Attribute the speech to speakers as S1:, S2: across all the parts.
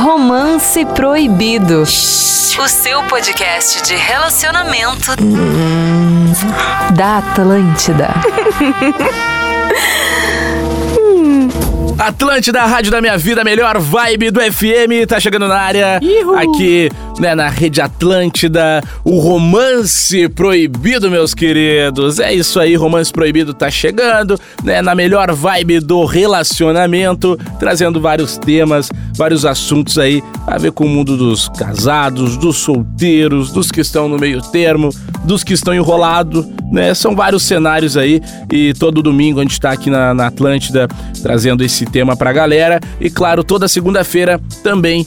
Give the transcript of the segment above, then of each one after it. S1: Romance Proibido. O seu podcast de relacionamento da Atlântida.
S2: Atlântida, a rádio da minha vida, a melhor vibe do FM, tá chegando na área aqui, né, na Rede Atlântida, o romance proibido, meus queridos. É isso aí, romance proibido tá chegando, né, na melhor vibe do relacionamento, trazendo vários temas, vários assuntos aí a ver com o mundo dos casados, dos solteiros, dos que estão no meio termo, dos que estão enrolados, né? São vários cenários aí e todo domingo a gente tá aqui na, na Atlântida trazendo esse tema pra galera e claro, toda segunda-feira também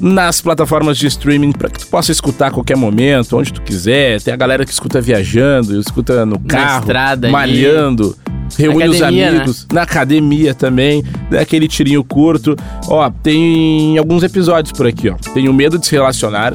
S2: nas plataformas de streaming para que tu possa escutar a qualquer momento, onde tu quiser. Tem a galera que escuta viajando, escuta no carro,
S3: estrada ali.
S2: malhando. Reúne
S3: Academia, né?
S2: os amigos, na academia também, dá aquele tirinho curto. Ó, tem alguns episódios por aqui, ó. Tem o medo de se relacionar.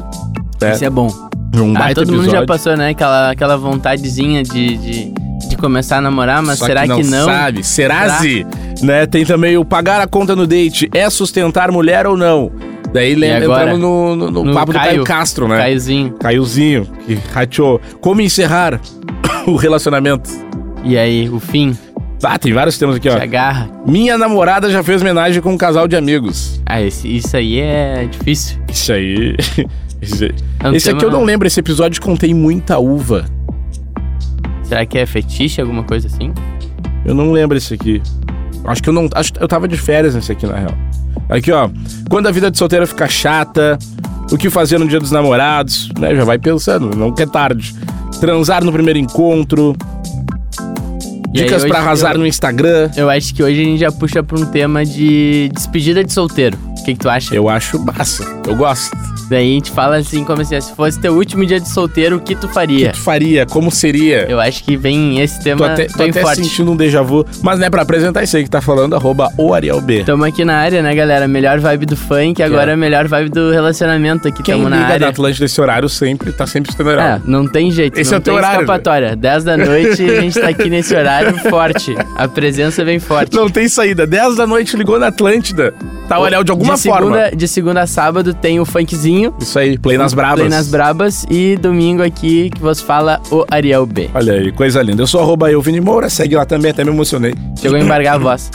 S2: né?
S3: Isso é bom.
S2: Um
S3: Ah,
S2: baita
S3: todo mundo já
S2: episódio.
S3: passou, né? Aquela, aquela vontadezinha de, de, de começar a namorar, mas
S2: Só
S3: será que não?
S2: Sabe? Será se? Né? Tem também o pagar a conta no date é sustentar mulher ou não? Daí lembra,
S3: agora?
S2: entramos no, no- no
S3: No
S2: papo do Caio
S3: Caio.
S2: Castro, né?
S3: Caiozinho.
S2: Caiozinho, que rateou. Como encerrar o relacionamento?
S3: E aí, o fim,
S2: Ah, tem vários temas aqui, ó.
S3: te agarra.
S2: Minha namorada já fez homenagem com um casal de amigos.
S3: Ah, esse- isso aí é difícil.
S2: Isso aí. Isso aí.
S3: É um
S2: Esse aqui eu
S3: tema-
S2: não lembro, esse episódio contém muita uva.
S3: Será que é fetiche, alguma coisa assim?
S2: Eu não lembro esse aqui. Acho que eu não. Acho, que eu tava de férias nesse aqui, na real. Aqui, ó. Quando a vida de solteira fica chata, o que fazer no dia dos namorados, né? Já vai pensando, não que é tarde. Transar no primeiro encontro,
S3: E aí,
S2: dicas
S3: hoje
S2: pra arrasar
S3: eu,
S2: no Instagram.
S3: Eu acho que hoje a gente já puxa pra um tema de despedida de solteiro. O que, que tu acha?
S2: Eu acho massa. Eu gosto.
S3: Daí a gente fala assim, como assim, se fosse teu último dia de solteiro, o que tu faria?
S2: O que tu faria? Como seria?
S3: Eu acho que vem esse
S2: tô
S3: tema
S2: até, tô
S3: bem
S2: até
S3: forte.
S2: sentindo um déjà vu. Mas não é pra apresentar isso aí que tá falando, arroba o Ariel B.
S3: Tamo aqui na área, né, galera? Melhor vibe do funk, agora é. melhor vibe do relacionamento aqui.
S2: Quem
S3: Tamo na
S2: liga da
S3: área.
S2: Atlântida esse horário sempre, tá sempre estando
S3: É, não tem jeito.
S2: Esse
S3: não
S2: é o teu
S3: tem
S2: horário,
S3: escapatória. 10 da noite a gente tá aqui nesse horário forte. A presença vem forte.
S2: É. Não tem saída. 10 da noite ligou na Atlântida. Tá o Ariel de é- alguma
S3: segunda,
S2: forma.
S3: De segunda a sábado tem o funkzinho.
S2: Isso aí, Play nas Brabas.
S3: Play nas Brabas. E domingo aqui que vos fala o Ariel B.
S2: Olha aí, coisa linda. Eu sou arroba eu, Vini Moura, segue lá também, até me emocionei.
S3: Chegou a embargar a voz.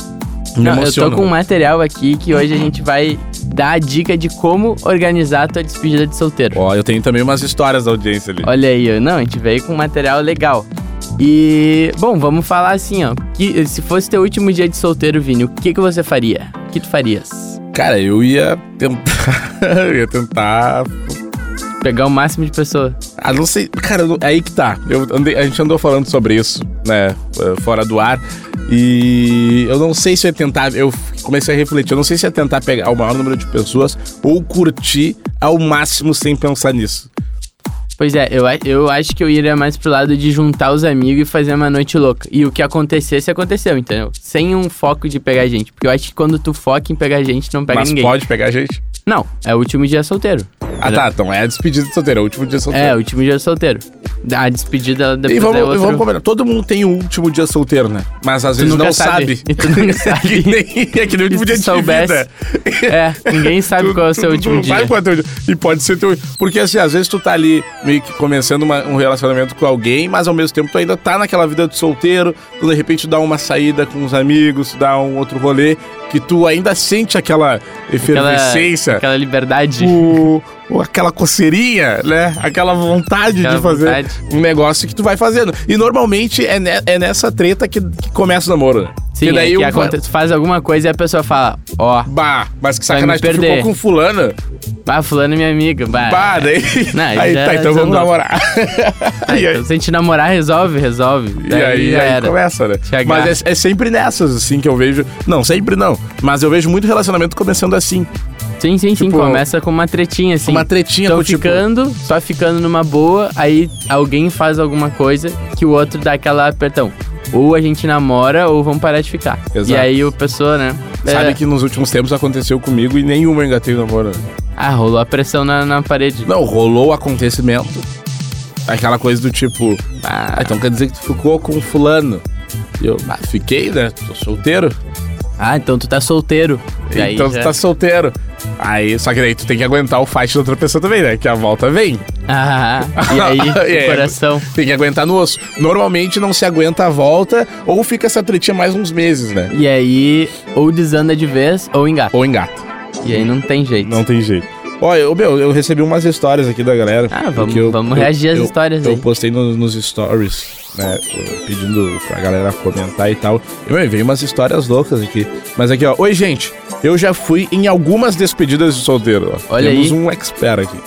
S2: Me
S3: Não, eu tô
S2: emociono.
S3: com um material aqui que hoje a gente vai dar a dica de como organizar a tua despedida de solteiro.
S2: Ó, eu tenho também umas histórias da audiência ali.
S3: Olha aí, ó. não, a gente veio com material legal. E, bom, vamos falar assim, ó. Que, se fosse teu último dia de solteiro, Vini, o que, que você faria? O que tu farias?
S2: Cara, eu ia tentar. eu ia tentar.
S3: Pegar o máximo de pessoa.
S2: Ah, não sei. Cara, eu não- aí que tá. Eu andei- A gente andou falando sobre isso, né? eh, Fora do ar. E eu não sei se eu ia tentar. Eu comecei a refletir. Eu não sei se eu ia tentar pegar o maior número de pessoas ou curtir ao máximo sem pensar nisso.
S3: Pois é, eu, a- eu acho que eu iria mais pro lado de juntar os amigos e fazer uma noite louca. E o que acontecesse, aconteceu, entendeu? Sem um foco de pegar gente. Porque eu acho que quando tu foca em pegar gente, não pega
S2: Mas
S3: ninguém.
S2: pode pegar gente?
S3: Não, é o último dia solteiro.
S2: Ah, tá. Então é a despedida de solteiro, é o último dia solteiro.
S3: É, o último dia solteiro. A despedida ela depois
S2: E vamos,
S3: é
S2: e
S3: outro...
S2: vamos combinar. Todo mundo tem o último dia solteiro, né? Mas às
S3: Tu
S2: vezes
S3: nunca
S2: não
S3: sabe.
S2: sabe.
S3: E tu nunca
S2: É que
S3: sabe.
S2: nem- é que nem o
S3: Se
S2: último
S3: tu
S2: dia de
S3: soubesse,
S2: vida.
S3: É, ninguém sabe qual é o seu
S2: né? Tu- tu
S3: último
S2: não
S3: dia.
S2: sabe qual é o teu- E pode ser teu. Porque assim, às vezes tu tá ali meio que começando uma- um relacionamento com alguém, mas ao mesmo tempo tu ainda tá naquela vida de solteiro. Tu de repente dá uma saída com os amigos, dá um outro rolê, que tu ainda sente aquela efervescência.
S3: Aquela liberdade.
S2: o- o- aquela coceirinha, né? Aquela vontade
S3: Aquela
S2: de fazer
S3: vontade.
S2: um negócio que tu vai fazendo. E normalmente é, ne- é nessa treta que, que começa o namoro, né?
S3: Sim,
S2: e
S3: é que
S2: o-
S3: aconte- tu faz alguma coisa e a pessoa fala, ó,
S2: Bah, mas que
S3: Vai me
S2: sacanagem, tu
S3: perder.
S2: ficou com fulana.
S3: bah, fulano é minha amiga, bah.
S2: Bah, né? daí...
S3: Não, aí
S2: aí
S3: já-
S2: tá, então
S3: já
S2: vamos
S3: não.
S2: namorar. e aí,
S3: Então, se a gente namorar, resolve, resolve.
S2: e aí,
S3: então, já
S2: aí
S3: era.
S2: começa, né?
S3: Te agarra.
S2: Mas é, é sempre nessas, assim, que eu vejo... Não, sempre não. Mas eu vejo muito relacionamento começando assim.
S3: Sim, sim, sim,
S2: Tipo,
S3: começa com uma tretinha, assim.
S2: Uma tretinha
S3: Tão
S2: com, tipo...
S3: ficando, só ficando numa boa, aí alguém faz alguma coisa que o outro dá aquela apertão. Ou a gente namora ou vamos parar de ficar.
S2: Exato.
S3: E aí o pessoa, né?
S2: Sabe
S3: é,
S2: que nos últimos tempos aconteceu comigo e nenhuma eu engatei o namoro. né?
S3: Ah, rolou a pressão na, na parede.
S2: Não, rolou o acontecimento. Aquela coisa do tipo, ah, então quer dizer que tu ficou com fulano. E eu, ah, fiquei, né? Tô solteiro.
S3: Ah, então tu tá solteiro. E aí
S2: então
S3: já-
S2: tu tá solteiro. Aí, só que daí tu tem que aguentar o fight da outra pessoa também, né? Que a volta vem.
S3: Ah, e aí,
S2: É.
S3: o coração.
S2: Tem que aguentar no osso. Normalmente não se aguenta a volta ou fica essa tretinha mais uns meses, né?
S3: E aí, ou desanda de vez, ou engata.
S2: Ou engata.
S3: E aí não tem jeito.
S2: Não tem jeito. Olha, eu, meu, eu recebi umas histórias aqui da galera.
S3: Ah, vamos-
S2: que eu-
S3: vamos
S2: eu-
S3: reagir às
S2: eu-
S3: histórias
S2: Eu
S3: aí.
S2: postei no- nos stories, né? Pedindo pra galera comentar e tal. E, meu, veio umas histórias loucas aqui. Mas aqui, ó. Oi, gente. Eu já fui em algumas despedidas de solteiro. ó.
S3: Olha
S2: Temos
S3: aí.
S2: um expert aqui.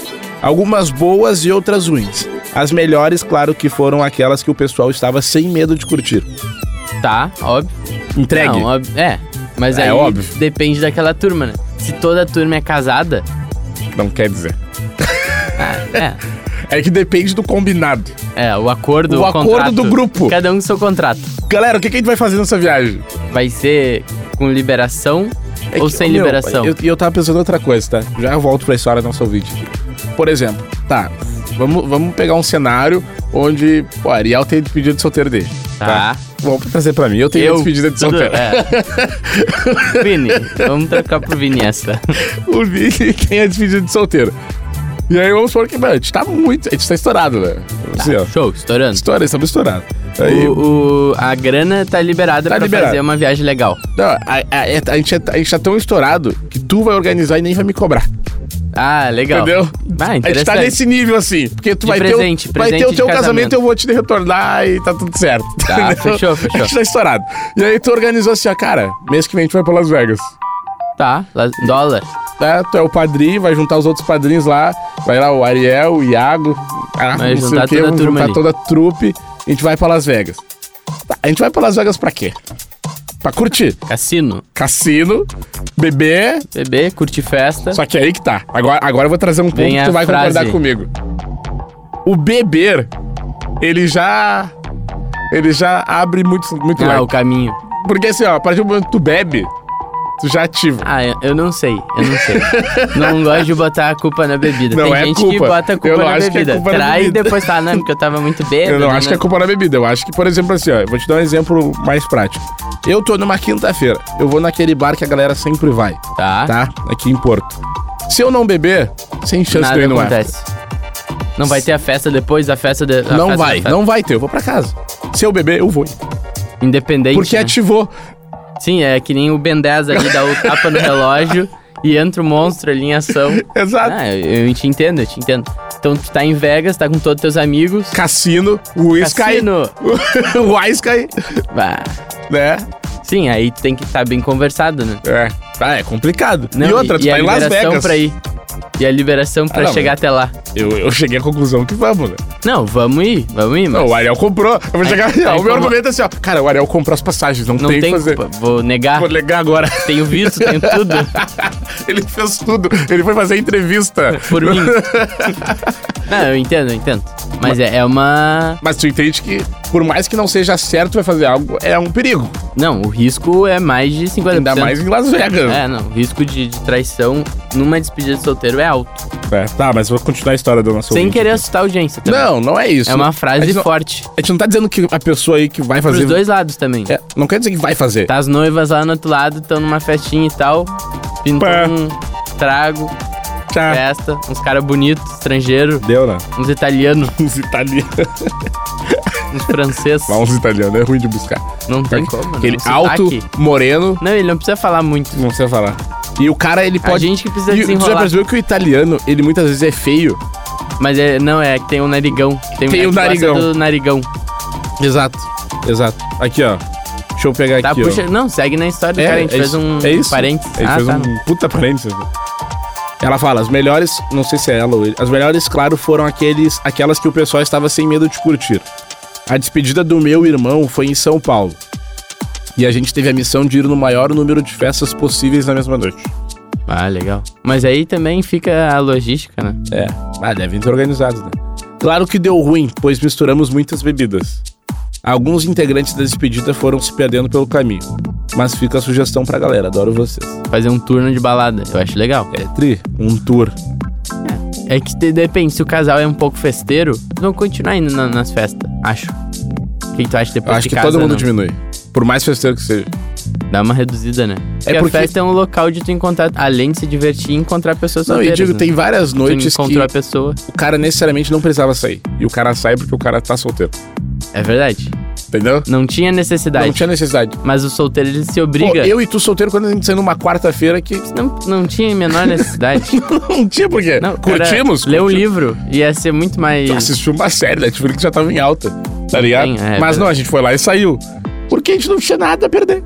S2: Algumas boas e outras ruins. As melhores, claro, que foram aquelas que o pessoal estava sem medo de curtir.
S3: Tá, óbvio.
S2: Entregue.
S3: Não, óbvio. É. Mas
S2: É
S3: aí
S2: óbvio.
S3: depende daquela turma, né? Se toda a turma é casada,
S2: não quer dizer.
S3: é.
S2: É que depende do combinado.
S3: É, o acordo,
S2: O acordo
S3: contrato,
S2: do grupo.
S3: Cada um com seu contrato.
S2: Galera, o que, que a gente vai fazer nessa viagem?
S3: Vai ser com liberação
S2: É
S3: ou
S2: que,
S3: sem
S2: meu,
S3: liberação?
S2: eu- E eu, tava pensando em outra coisa, tá? Já eu volto pra história do nosso ouvinte. Por exemplo, tá, vamos, vamos pegar um cenário onde o Ariel tem despedida de solteiro dele.
S3: Tá.
S2: Vamos trazer pra mim, eu tenho despedida de
S3: tudo-
S2: solteiro.
S3: é. Vini, vamos trocar pro Vini essa.
S2: o Vini tem a despedida de solteiro. E aí vamos supor que, mano, a gente tá muito, a gente tá estourado, né? Assim, ó,
S3: Show, estourando.
S2: estoura, estamos estourados. Aí,
S3: Tá. O, o- a grana tá liberada
S2: Tá
S3: pra
S2: liberado.
S3: fazer uma viagem legal.
S2: não, a, a- a- a gente é- a gente tá tão estourado que tu vai organizar e nem vai me cobrar.
S3: Ah, legal.
S2: Entendeu?
S3: Ah,
S2: A gente
S3: interessante.
S2: tá nesse nível assim. Porque tu
S3: De
S2: vai,
S3: presente,
S2: ter, o- vai
S3: presente
S2: ter o
S3: de
S2: teu casamento.
S3: casamento.
S2: eu vou te retornar e tá tudo certo.
S3: Tá,
S2: Entendeu?
S3: fechou, fechou.
S2: A gente tá estourado. E aí tu organizou assim, ó, cara, mês que vem a gente vai pra Las Vegas.
S3: Tá, lá- dólar.
S2: Tá? Tu é o padrinho, vai juntar os outros padrinhos lá. Vai lá o Ariel, o Iago, ah,
S3: Vai
S2: não sei
S3: juntar
S2: o quê,
S3: toda a
S2: vamos
S3: turma
S2: juntar
S3: ali.
S2: toda a trupe. A gente vai pra Las Vegas. Tá, a gente vai pra Las Vegas pra quê? Pra curtir.
S3: Cassino.
S2: Cassino, beber.
S3: Bebê, curte festa.
S2: Só que aí que tá. Agora, agora eu vou trazer um ponto
S3: Vem
S2: que
S3: a
S2: tu vai
S3: frase.
S2: concordar comigo. O beber, ele já. Ele já abre muito, muito
S3: Ah,
S2: leque.
S3: o caminho.
S2: Porque assim, ó, a partir do momento que tu bebe, tu já ativa.
S3: Ah, eu, eu não sei, eu não sei. não gosto de botar a culpa na bebida.
S2: Não
S3: Tem
S2: é
S3: gente que
S2: culpa.
S3: bota a culpa
S2: Eu não
S3: na
S2: acho que é
S3: bebida.
S2: culpa na
S3: Trai e
S2: bebida.
S3: depois tá, não, porque eu tava muito bêbado.
S2: Eu não acho que é
S3: né?
S2: culpa da bebida. Eu acho que, por exemplo, assim, ó, eu vou te dar um exemplo mais prático. Eu tô numa quinta-feira. Eu vou naquele bar que a galera sempre vai,
S3: Tá,
S2: tá? Aqui em Porto. Se eu não beber, sem chance de eu
S3: nada
S2: ir no ar.
S3: acontece. Não vai ter a festa depois da festa... De, a festa
S2: Não
S3: da
S2: vai,
S3: festa.
S2: não vai ter. Eu vou pra casa. Se eu beber, eu vou.
S3: Independente,
S2: Porque é
S3: né?
S2: ativou.
S3: Sim, é que nem o Ben 10 ali, dá o tapa no relógio e entra o monstro ali em ação.
S2: Exato.
S3: Ah, eu, eu te entendo, eu te entendo. Então tu tá em Vegas, tá com todos teus amigos.
S2: Cassino, o Sky.
S3: Cassino.
S2: o Sky,
S3: Bah,
S2: né?
S3: Sim, aí tem que estar bem conversado, né?
S2: É. Ah, é complicado. e outra, tu
S3: e
S2: tá
S3: a
S2: em Las
S3: liberação
S2: Vegas. Ah,
S3: Pra ir. E a liberação pra
S2: não,
S3: chegar
S2: mas-
S3: até lá.
S2: Eu, eu cheguei à conclusão que vamos, né?
S3: Não, vamos ir, vamos ir, mas
S2: Não, o Ariel comprou. Eu vou chegar.
S3: aí
S2: o meu
S3: como-
S2: argumento é assim, ó. Cara, o Ariel comprou as passagens, não,
S3: não
S2: tem o
S3: tem
S2: que fazer.
S3: culpa. Vou negar,
S2: Vou negar agora.
S3: tenho visto, tenho tudo
S2: Ele fez tudo. Ele foi fazer entrevista.
S3: É, por mim. não, eu entendo, eu entendo. Mas é, é uma...
S2: Mas tu entende que, por mais que não seja certo, vai fazer algo, é um perigo.
S3: Não, o risco é mais de 50%.
S2: Ainda mais em Las Vegas.
S3: É, não, o risco de, de traição numa despedida de solteiro é alto.
S2: É, Tá, mas vou continuar a história do nosso
S3: Sem
S2: ouvinte.
S3: querer assustar a audiência também.
S2: Não, não é isso.
S3: É uma
S2: A
S3: frase
S2: gente não-
S3: forte.
S2: A gente não tá dizendo que a pessoa aí que vai
S3: Pros
S2: fazer.
S3: dois lados também.
S2: É, não quer dizer que vai fazer.
S3: Tá as noivas lá no outro lado, estão numa festinha e tal. Pintou
S2: Pá.
S3: um trago,
S2: Tá.
S3: festa, uns caras bonitos, estrangeiro,
S2: Deu, né?
S3: uns italianos,
S2: Uns italianos.
S3: uns franceses.
S2: Lá uns italianos, é ruim de buscar.
S3: Não tem como, né?
S2: Aquele
S3: Um
S2: alto,
S3: sotaque.
S2: moreno,
S3: Não, ele não precisa falar muito.
S2: não sei falar. E o cara, ele
S3: A
S2: pode...
S3: gente que precisa
S2: E tu já
S3: desenrolar.
S2: percebeu que o italiano, ele muitas vezes é feio?
S3: Mas é, não, é que tem um narigão.
S2: Tem
S3: Tem, mulher
S2: o
S3: que gosta
S2: narigão.
S3: do narigão.
S2: Exato, exato. Aqui, ó. Deixa eu pegar
S3: Tá,
S2: aqui,
S3: puxa.
S2: ó.
S3: Não, segue na história do cara. A gente fez
S2: isso,
S3: um
S2: é isso.
S3: parênteses.
S2: A gente
S3: ah,
S2: fez
S3: tá.
S2: um puta parênteses. Ela fala, as melhores, não sei se é ela ou ele, as melhores, claro, foram aqueles, aquelas que o pessoal estava sem medo de curtir. A despedida do meu irmão foi em São Paulo. E a gente teve a missão de ir no maior número de festas possíveis na mesma noite.
S3: Ah, legal. Mas aí também fica a logística, né?
S2: É, ah, devem ter organizado, né? Claro que deu ruim, pois misturamos muitas bebidas. Alguns integrantes da despedida foram se perdendo pelo caminho. Mas fica a sugestão pra galera, adoro vocês.
S3: Fazer um turno de balada, eu acho legal.
S2: É tri, um tour.
S3: É que de- depende, se o casal é um pouco festeiro, eles vão continuar indo na- nas festas, acho. O que, que tu acha
S2: Eu
S3: depois
S2: acho
S3: de
S2: que
S3: casa,
S2: todo mundo
S3: não?
S2: diminui. Por mais festeiro que seja.
S3: Dá uma reduzida, né? Porque,
S2: porque-
S3: a festa é um local de tu encontrar, além de se divertir, encontrar pessoas
S2: Não, e
S3: solteiras,
S2: digo,
S3: né?
S2: tem várias
S3: Tu
S2: noites que
S3: encontrou a pessoa.
S2: o cara necessariamente não precisava sair. E o cara sai porque o cara tá solteiro.
S3: É verdade.
S2: Entendeu?
S3: Não tinha necessidade.
S2: Não tinha necessidade.
S3: Mas o solteiro, ele se
S2: Pô,
S3: obriga.
S2: eu e tu solteiro quando a gente saiu numa quarta-feira que
S3: não, não tinha a menor necessidade.
S2: não tinha por quê.
S3: não,
S2: Curtimos?
S3: Ler um
S2: curtimos.
S3: livro ia ser muito mais...
S2: Tu assistiu uma série da Netflix que já tava em alta, tá ligado?
S3: Sim, é,
S2: Mas
S3: verdade.
S2: não, a gente foi lá e saiu. Porque a gente não tinha nada a perder.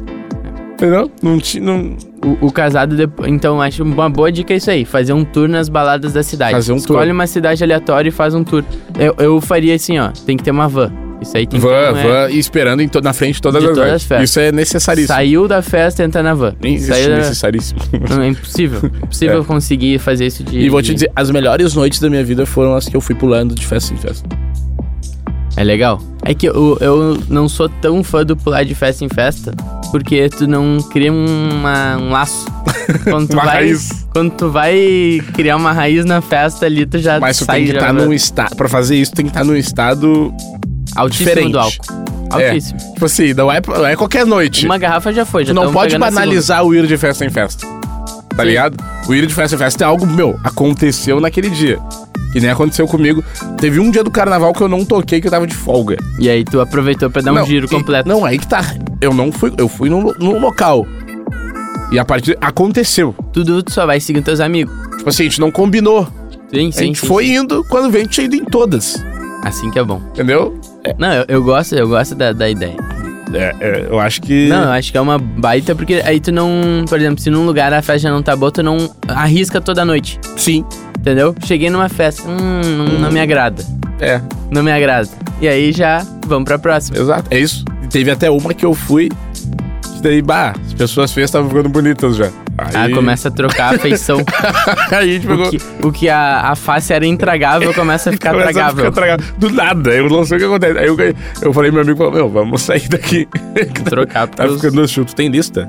S2: Entendeu? Não tinha. Não...
S3: O, o casado, depo- então, acho uma boa dica isso aí. Fazer um tour nas baladas da cidade.
S2: Fazer um tour.
S3: Escolhe uma cidade aleatória e faz um tour. Eu, eu faria assim, ó. Tem que ter uma van. Isso aí tem
S2: Van,
S3: que ter uma
S2: van, e esperando em to- na frente de todas
S3: Então é.
S2: as
S3: De todas
S2: noites.
S3: as festas.
S2: Isso é necessaríssimo.
S3: Saiu da festa, entra na van.
S2: Nem existe
S3: Saiu da-
S2: necessaríssimo.
S3: Não, é impossível. Impossível conseguir fazer isso de...
S2: E vou te dizer, as melhores noites da minha vida foram as que eu fui pulando de festa em festa.
S3: Tá É legal. É que eu, eu não sou tão fã do pular de festa em festa, porque tu não cria uma- um laço. Quando tu
S2: Uma
S3: vai,
S2: raiz.
S3: Quando tu vai criar uma raiz na festa ali, tu já
S2: Mas tu
S3: sai
S2: tem que tá
S3: já
S2: estar num estado. Pra fazer isso, tem que estar num estado
S3: altíssimo
S2: diferente.
S3: do álcool.
S2: É.
S3: Altíssimo.
S2: Tipo assim, não é, não é qualquer noite.
S3: Uma garrafa já foi, já
S2: Tu não
S3: tamo
S2: pode
S3: pegando assim. a segunda.
S2: banalizar o ir de festa em festa. Tá
S3: Sim.
S2: ligado? O ir de festa em festa é algo, meu, aconteceu naquele dia. Que nem aconteceu comigo. Teve um dia do carnaval que eu não toquei, que eu tava de folga.
S3: E aí tu aproveitou pra dar um
S2: não,
S3: giro
S2: e-
S3: completo.
S2: Não, aí que tá. Eu não fui, eu fui num, lo- num local. E a partir. Aconteceu.
S3: Tudo tu só vai seguindo teus amigos.
S2: Tipo assim, a gente não combinou.
S3: Sim,
S2: a
S3: sim.
S2: gente
S3: sim,
S2: foi
S3: sim.
S2: indo, quando vem, a gente tinha ido em todas.
S3: Assim que é bom.
S2: Entendeu?
S3: Não, eu, eu gosto, eu gosto da, da ideia.
S2: É, é, eu acho que.
S3: Não, eu acho que é uma baita, porque aí tu não. Por exemplo, se num lugar a festa já não tá boa, tu não arrisca toda noite.
S2: Sim.
S3: Entendeu? Cheguei numa festa, hum, não, não me agrada.
S2: É,
S3: Não me agrada. E aí já vamos pra próxima.
S2: exato. É isso. E teve até uma que eu fui. que Daí, bah, as pessoas feias estavam ficando bonitas já.
S3: Ah,
S2: Aí-
S3: começa a trocar a feição.
S2: Aí a gente pegou.
S3: o que, o que a, a face era intragável começa a ficar
S2: Começa a
S3: tragável.
S2: ficar tragável. Do nada, eu não sei o que acontece. Aí eu, eu falei, meu amigo, falou, meu, vamos sair daqui.
S3: Trocar
S2: tá
S3: pros...
S2: ficando chuto. Tu tem lista?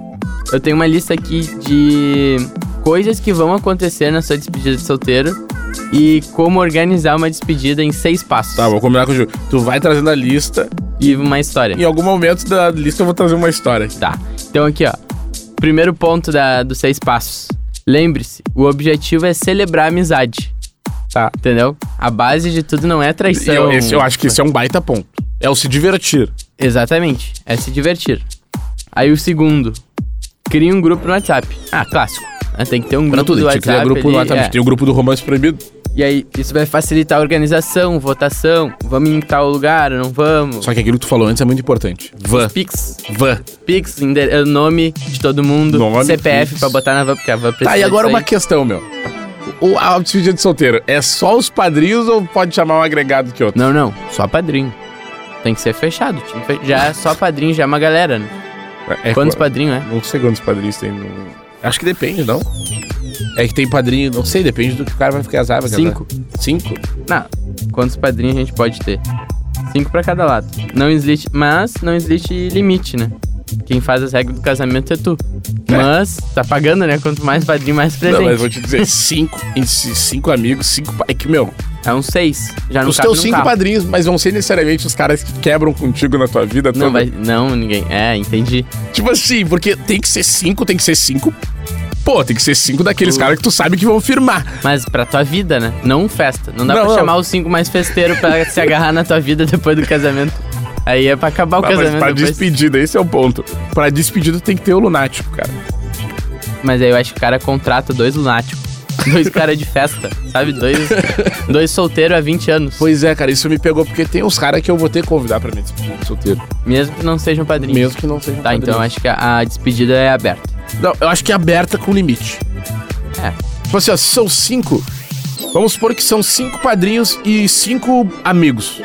S3: Eu tenho uma lista aqui de coisas que vão acontecer na sua despedida de solteiro e como organizar uma despedida em seis passos.
S2: Tá, vou combinar com o Ju. Tu vai trazendo a lista,
S3: E uma história.
S2: em algum momento da lista eu vou trazer uma história.
S3: Tá. Então aqui, ó. Primeiro ponto da, dos seis passos. Lembre-se, o objetivo é celebrar a amizade.
S2: Tá.
S3: Entendeu? A base de tudo não é
S2: E
S3: traição.
S2: eu, esse, eu acho que isso é um baita ponto. É o se divertir.
S3: Exatamente. É se divertir. Aí o segundo. Crie um grupo no WhatsApp. Ah, clássico. Ah, Tem que ter um
S2: Pra
S3: grupo
S2: tudo,
S3: do
S2: a gente cria
S3: WhatsApp.
S2: grupo
S3: ali,
S2: lá também.
S3: é.
S2: Tem o grupo do Romance Proibido.
S3: E aí, isso vai facilitar a organização, votação. Vamos em tal lugar, não vamos.
S2: Só que aquilo que tu falou antes é muito importante. Van.
S3: Pix.
S2: Van.
S3: Pix, ende- é o nome de todo mundo.
S2: Nome,
S3: CPF
S2: Pix.
S3: pra botar na van, porque a van precisa
S2: Tá, e agora
S3: disso
S2: uma
S3: aí.
S2: questão, meu. O, a despedida de solteiro é só os padrinhos ou pode chamar um agregado que outro?
S3: Não, não. Só padrinho. Tem que ser fechado. time fe- Já é só padrinho, já é uma galera. Né?
S2: É,
S3: Quantos
S2: co-
S3: padrinhos, é?
S2: Não sei quantos padrinhos tem no... Acho que depende, não? É que tem padrinho, não sei, depende do que o cara vai ficar casado. vai casar.
S3: Cinco.
S2: Cinco?
S3: Não. Quantos padrinhos a gente pode ter? Cinco pra cada lado. Não existe... Mas não existe limite, né? Quem faz as regras do casamento é tu.
S2: É.
S3: Mas tá pagando, né? Quanto mais padrinho, mais presente.
S2: Não, mas vou te dizer, cinco, em si- cinco amigos, cinco... pa- É que, meu,
S3: É um seis. Já não
S2: os
S3: cabe
S2: teus
S3: num
S2: cinco
S3: um carro.
S2: padrinhos, mas vão ser necessariamente os caras que quebram contigo na tua vida toda.
S3: Não, vai, não, ninguém. É, entendi.
S2: Tipo assim, porque tem que ser cinco, tem que ser cinco... Pô, tem que ser cinco daqueles caras que tu sabe que vão firmar.
S3: Mas pra tua vida, né? Não festa. Não dá
S2: Não,
S3: pra
S2: não.
S3: chamar os cinco mais festeiros pra se agarrar na tua vida depois do casamento. Aí é pra acabar o
S2: Ah, Mas
S3: casamento
S2: pra
S3: depois.
S2: despedida, esse é o ponto. Pra despedida tem que ter o lunático, cara.
S3: Mas aí eu acho que o cara contrata dois lunáticos. Dois caras de festa, sabe? Dois, dois solteiros há 20 anos.
S2: Pois é, cara, isso me pegou, porque tem uns caras que eu vou ter que convidar pra minha despedida de solteiro.
S3: Mesmo que não sejam padrinhos.
S2: Mesmo que não seja um
S3: Tá, então acho que a, a despedida é aberta.
S2: Não, eu acho que é aberta com limite.
S3: É.
S2: Tipo assim, ó, se são cinco. Vamos supor que são cinco padrinhos e cinco amigos.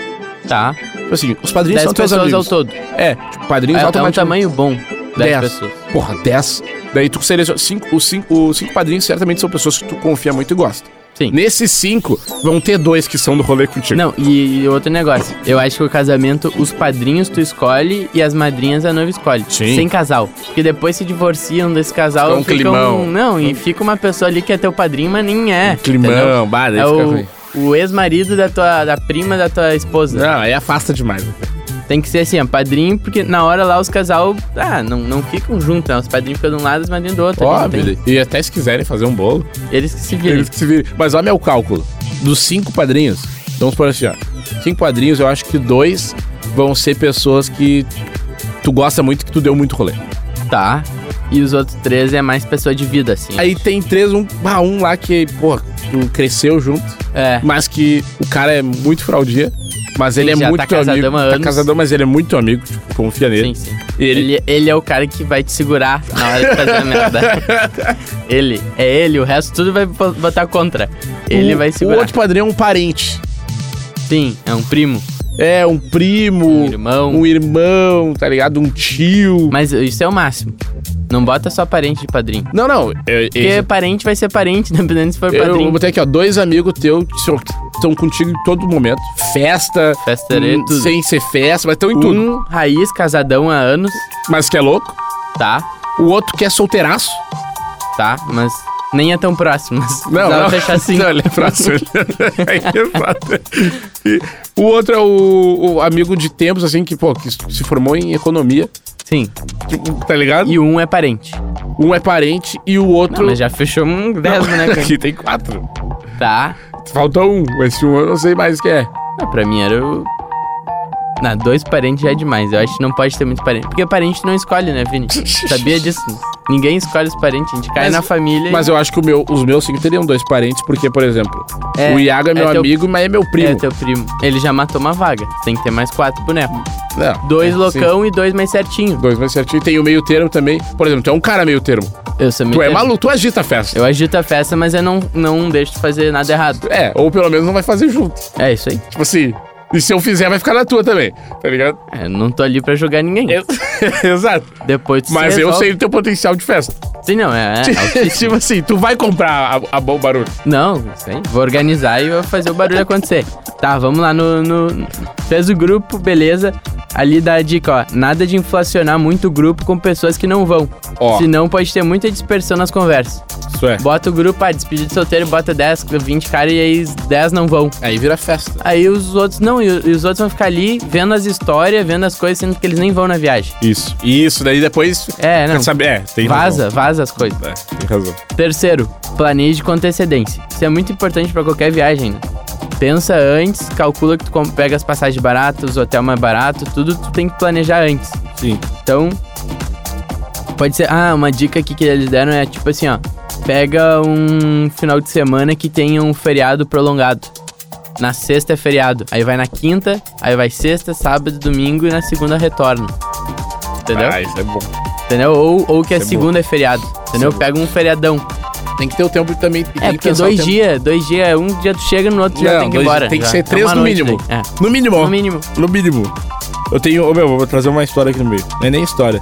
S3: Tá.
S2: Tipo assim, os padrinhos
S3: Dez
S2: são teus
S3: pessoas ao
S2: amigos.
S3: todo.
S2: É, tipo, padrinhos
S3: É, é um
S2: automaticamente.
S3: tamanho bom. Dez pessoas.
S2: Porra, dez. Daí tu seleciona. Cinco, os, cinco, os cinco padrinhos certamente são pessoas que tu confia muito e gosta.
S3: Sim.
S2: Nesses cinco, vão ter dois que são do rolê contigo.
S3: Não, e, e outro negócio. Eu acho que o casamento, os padrinhos tu escolhe e as madrinhas a noiva escolhe.
S2: Sim.
S3: Sem casal. Porque depois se divorciam desse casal.
S2: Fica um
S3: fica
S2: climão. Um
S3: Não, e fica uma pessoa ali que é teu padrinho, mas nem é. entendeu?
S2: Climão, bah, daí
S3: É
S2: fica
S3: o,
S2: ruim. É.
S3: o ex-marido da tua da prima da tua esposa.
S2: Não, aí afasta demais.
S3: Tem que ser assim, ó, padrinho, porque na hora lá os casal, ah, não, não ficam juntos, né? Os padrinhos ficam de um lado, os madrinhos do outro.
S2: Ó,
S3: não tem-
S2: Billy, e até se quiserem fazer um bolo,
S3: Eles que se viram.
S2: eles que se virem. Mas olha meu cálculo. Dos cinco padrinhos, vamos por assim, ó. Cinco padrinhos, eu acho que dois vão ser pessoas que tu gosta muito, que tu deu muito rolê.
S3: Tá. E os outros três é mais pessoa de vida, assim.
S2: Aí tem três, um, ah, um lá que, porra, tu cresceu junto,
S3: É.
S2: mas que o cara é muito fraudia. Mas ele
S3: Sim,
S2: é
S3: já
S2: muito
S3: tá
S2: teu amigo.
S3: casadão há
S2: Tá
S3: anos.
S2: casadão, mas ele é muito teu amigo, tipo, confia nele.
S3: Sim, sim.
S2: E ele-
S3: Ele, ele é o cara que vai te segurar na hora de fazer a merda. ele, é ele, o resto tudo vai bo- botar contra. Ele
S2: O-
S3: vai
S2: O
S3: segurar.
S2: outro padrinho é um parente.
S3: Sim, é um primo,
S2: É, um primo,
S3: um irmão.
S2: um irmão, tá ligado? Um tio.
S3: Mas isso é o máximo. Não bota só parente de padrinho.
S2: Não, não. Eu,
S3: Porque
S2: eu,
S3: parente vai ser parente, dependendo se for
S2: eu, eu
S3: é padrinho.
S2: botei aqui, ó. Dois amigos teus que são- estão contigo em todo momento. Festa.
S3: Festa é
S2: hum,
S3: tudo.
S2: Sem ser festa, mas estão em tudo.
S3: Um raiz, casadão há anos,
S2: Mas que é louco.
S3: tá,
S2: O outro que é solteiraço.
S3: tá, mas nem é tão próximo. Mas
S2: Não,
S3: precisava
S2: não.
S3: fechar assim.
S2: Não, ele é próximo. Ele é próximo. E o outro é o, o amigo de tempos, assim, que, pô, que se formou em economia.
S3: Sim.
S2: Tá ligado?
S3: E um é parente.
S2: Um é parente e o
S3: Não,
S2: outro.
S3: mas já fechou um 10, né? cara?
S2: Aqui tem quatro.
S3: Tá.
S2: Falta um. Esse um eu não sei mais quem é.
S3: Ah, pra mim era o. Na, dois parentes já é demais. Eu acho que não pode ter muito parente. Porque parente não escolhe, né, Vini? Sabia disso? Ninguém escolhe os parentes, a gente cai
S2: Mas-
S3: na família. e-
S2: Mas eu acho que o meu- os meus cinco teriam dois parentes, porque, por exemplo,
S3: É,
S2: o Iago é
S3: é
S2: meu
S3: teu-
S2: amigo, mas é meu primo.
S3: É teu primo. Ele já matou uma vaga. Tem que ter mais quatro bonecos.
S2: Não,
S3: Dois
S2: é,
S3: loucão e dois mais
S2: sim.
S3: certinho.
S2: Dois mais certinho. Tem o meio termo também. Por exemplo, tu é um cara meio termo.
S3: Eu sou meio
S2: tu é
S3: termo.
S2: maluco, tu agita a festa.
S3: Eu agito a festa, mas eu não, não deixo de fazer nada errado.
S2: É, ou pelo menos não vai fazer junto.
S3: É isso aí.
S2: Tipo assim, e se eu fizer, vai ficar na tua também. Tá ligado?
S3: É, eu não tô ali pra julgar ninguém.
S2: Exato.
S3: Depois tu se
S2: Mas eu
S3: resolve.
S2: sei do teu potencial de festa.
S3: Sim, não, é. é
S2: tipo assim, tu vai comprar a, a bom barulho.
S3: Não, isso aí. Vou organizar e vou fazer o barulho acontecer. Tá, vamos lá no, no- Fez o grupo, beleza. Ali dá a dica, ó. Nada de inflacionar muito o grupo com pessoas que não vão.
S2: Ó.
S3: Senão pode ter muita dispersão nas conversas.
S2: Isso é.
S3: Bota o grupo, ah, despedida de solteiro, bota 10, 20 caras e aí 10 não vão.
S2: Aí vira festa.
S3: Aí os outros não, e e os outros vão ficar ali vendo as histórias, vendo as coisas, sendo que eles nem vão na viagem.
S2: Isso. Isso, daí depois.
S3: É, não.
S2: Quer saber? É, tem razão.
S3: Vaza, vaza as coisas.
S2: É, tem razão.
S3: Terceiro, planeje com antecedência. Isso é muito importante pra qualquer viagem. né? Pensa antes, calcula que tu com- pega as passagens baratas, o hotel mais barato, tudo tu tem que planejar antes.
S2: Sim.
S3: Então, pode ser. Ah, uma dica aqui que eles deram é tipo assim, ó. Pega um final de semana que tenha um feriado prolongado. Na sexta é feriado, aí vai na quinta, aí vai sexta, sábado, domingo e na segunda retorna. Entendeu?
S2: Ah, isso é bom.
S3: Entendeu? Ou, ou que a
S2: Isso é bom.
S3: segunda é feriado. Entendeu? Pega um feriadão.
S2: Tem que ter o tempo também.
S3: É, porque dois dias, dois dias, um dia tu chega, no outro
S2: Não,
S3: dia tu tem que ir
S2: dois-
S3: embora.
S2: tem que
S3: já.
S2: ser
S3: É
S2: três
S3: uma
S2: no
S3: noite
S2: mínimo.
S3: daí.
S2: No mínimo.
S3: É, no mínimo.
S2: No mínimo. Eu tenho. Ô, meu, vou trazer uma história aqui no meio. Não é nem história.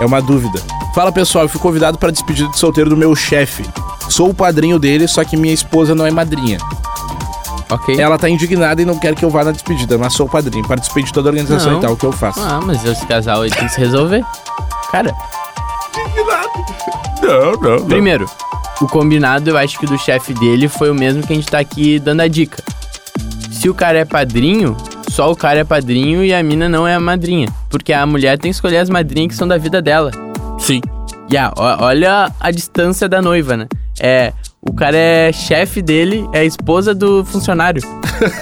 S2: É uma dúvida. Fala pessoal, eu fui convidado para despedida de solteiro do meu chefe. Sou o padrinho dele, só que minha esposa não é madrinha.
S3: Ok.
S2: Ela tá indignada e não quer que eu vá na despedida, mas sou o padrinho. Participei de toda a organização
S3: Não.
S2: e tal, o que eu faço?
S3: Ah, mas esse casal aí tem que se resolver. Cara,
S2: Não, não, não.
S3: primeiro, o combinado eu acho que do chefe dele foi o mesmo que a gente tá aqui dando a dica. Se o cara é padrinho, só o cara é padrinho e a mina não é a madrinha. Porque a mulher tem que escolher as madrinhas que são da vida dela.
S2: Sim.
S3: Yeah, ó- olha a distância da noiva, né? É, o cara é chefe dele, é a esposa do funcionário.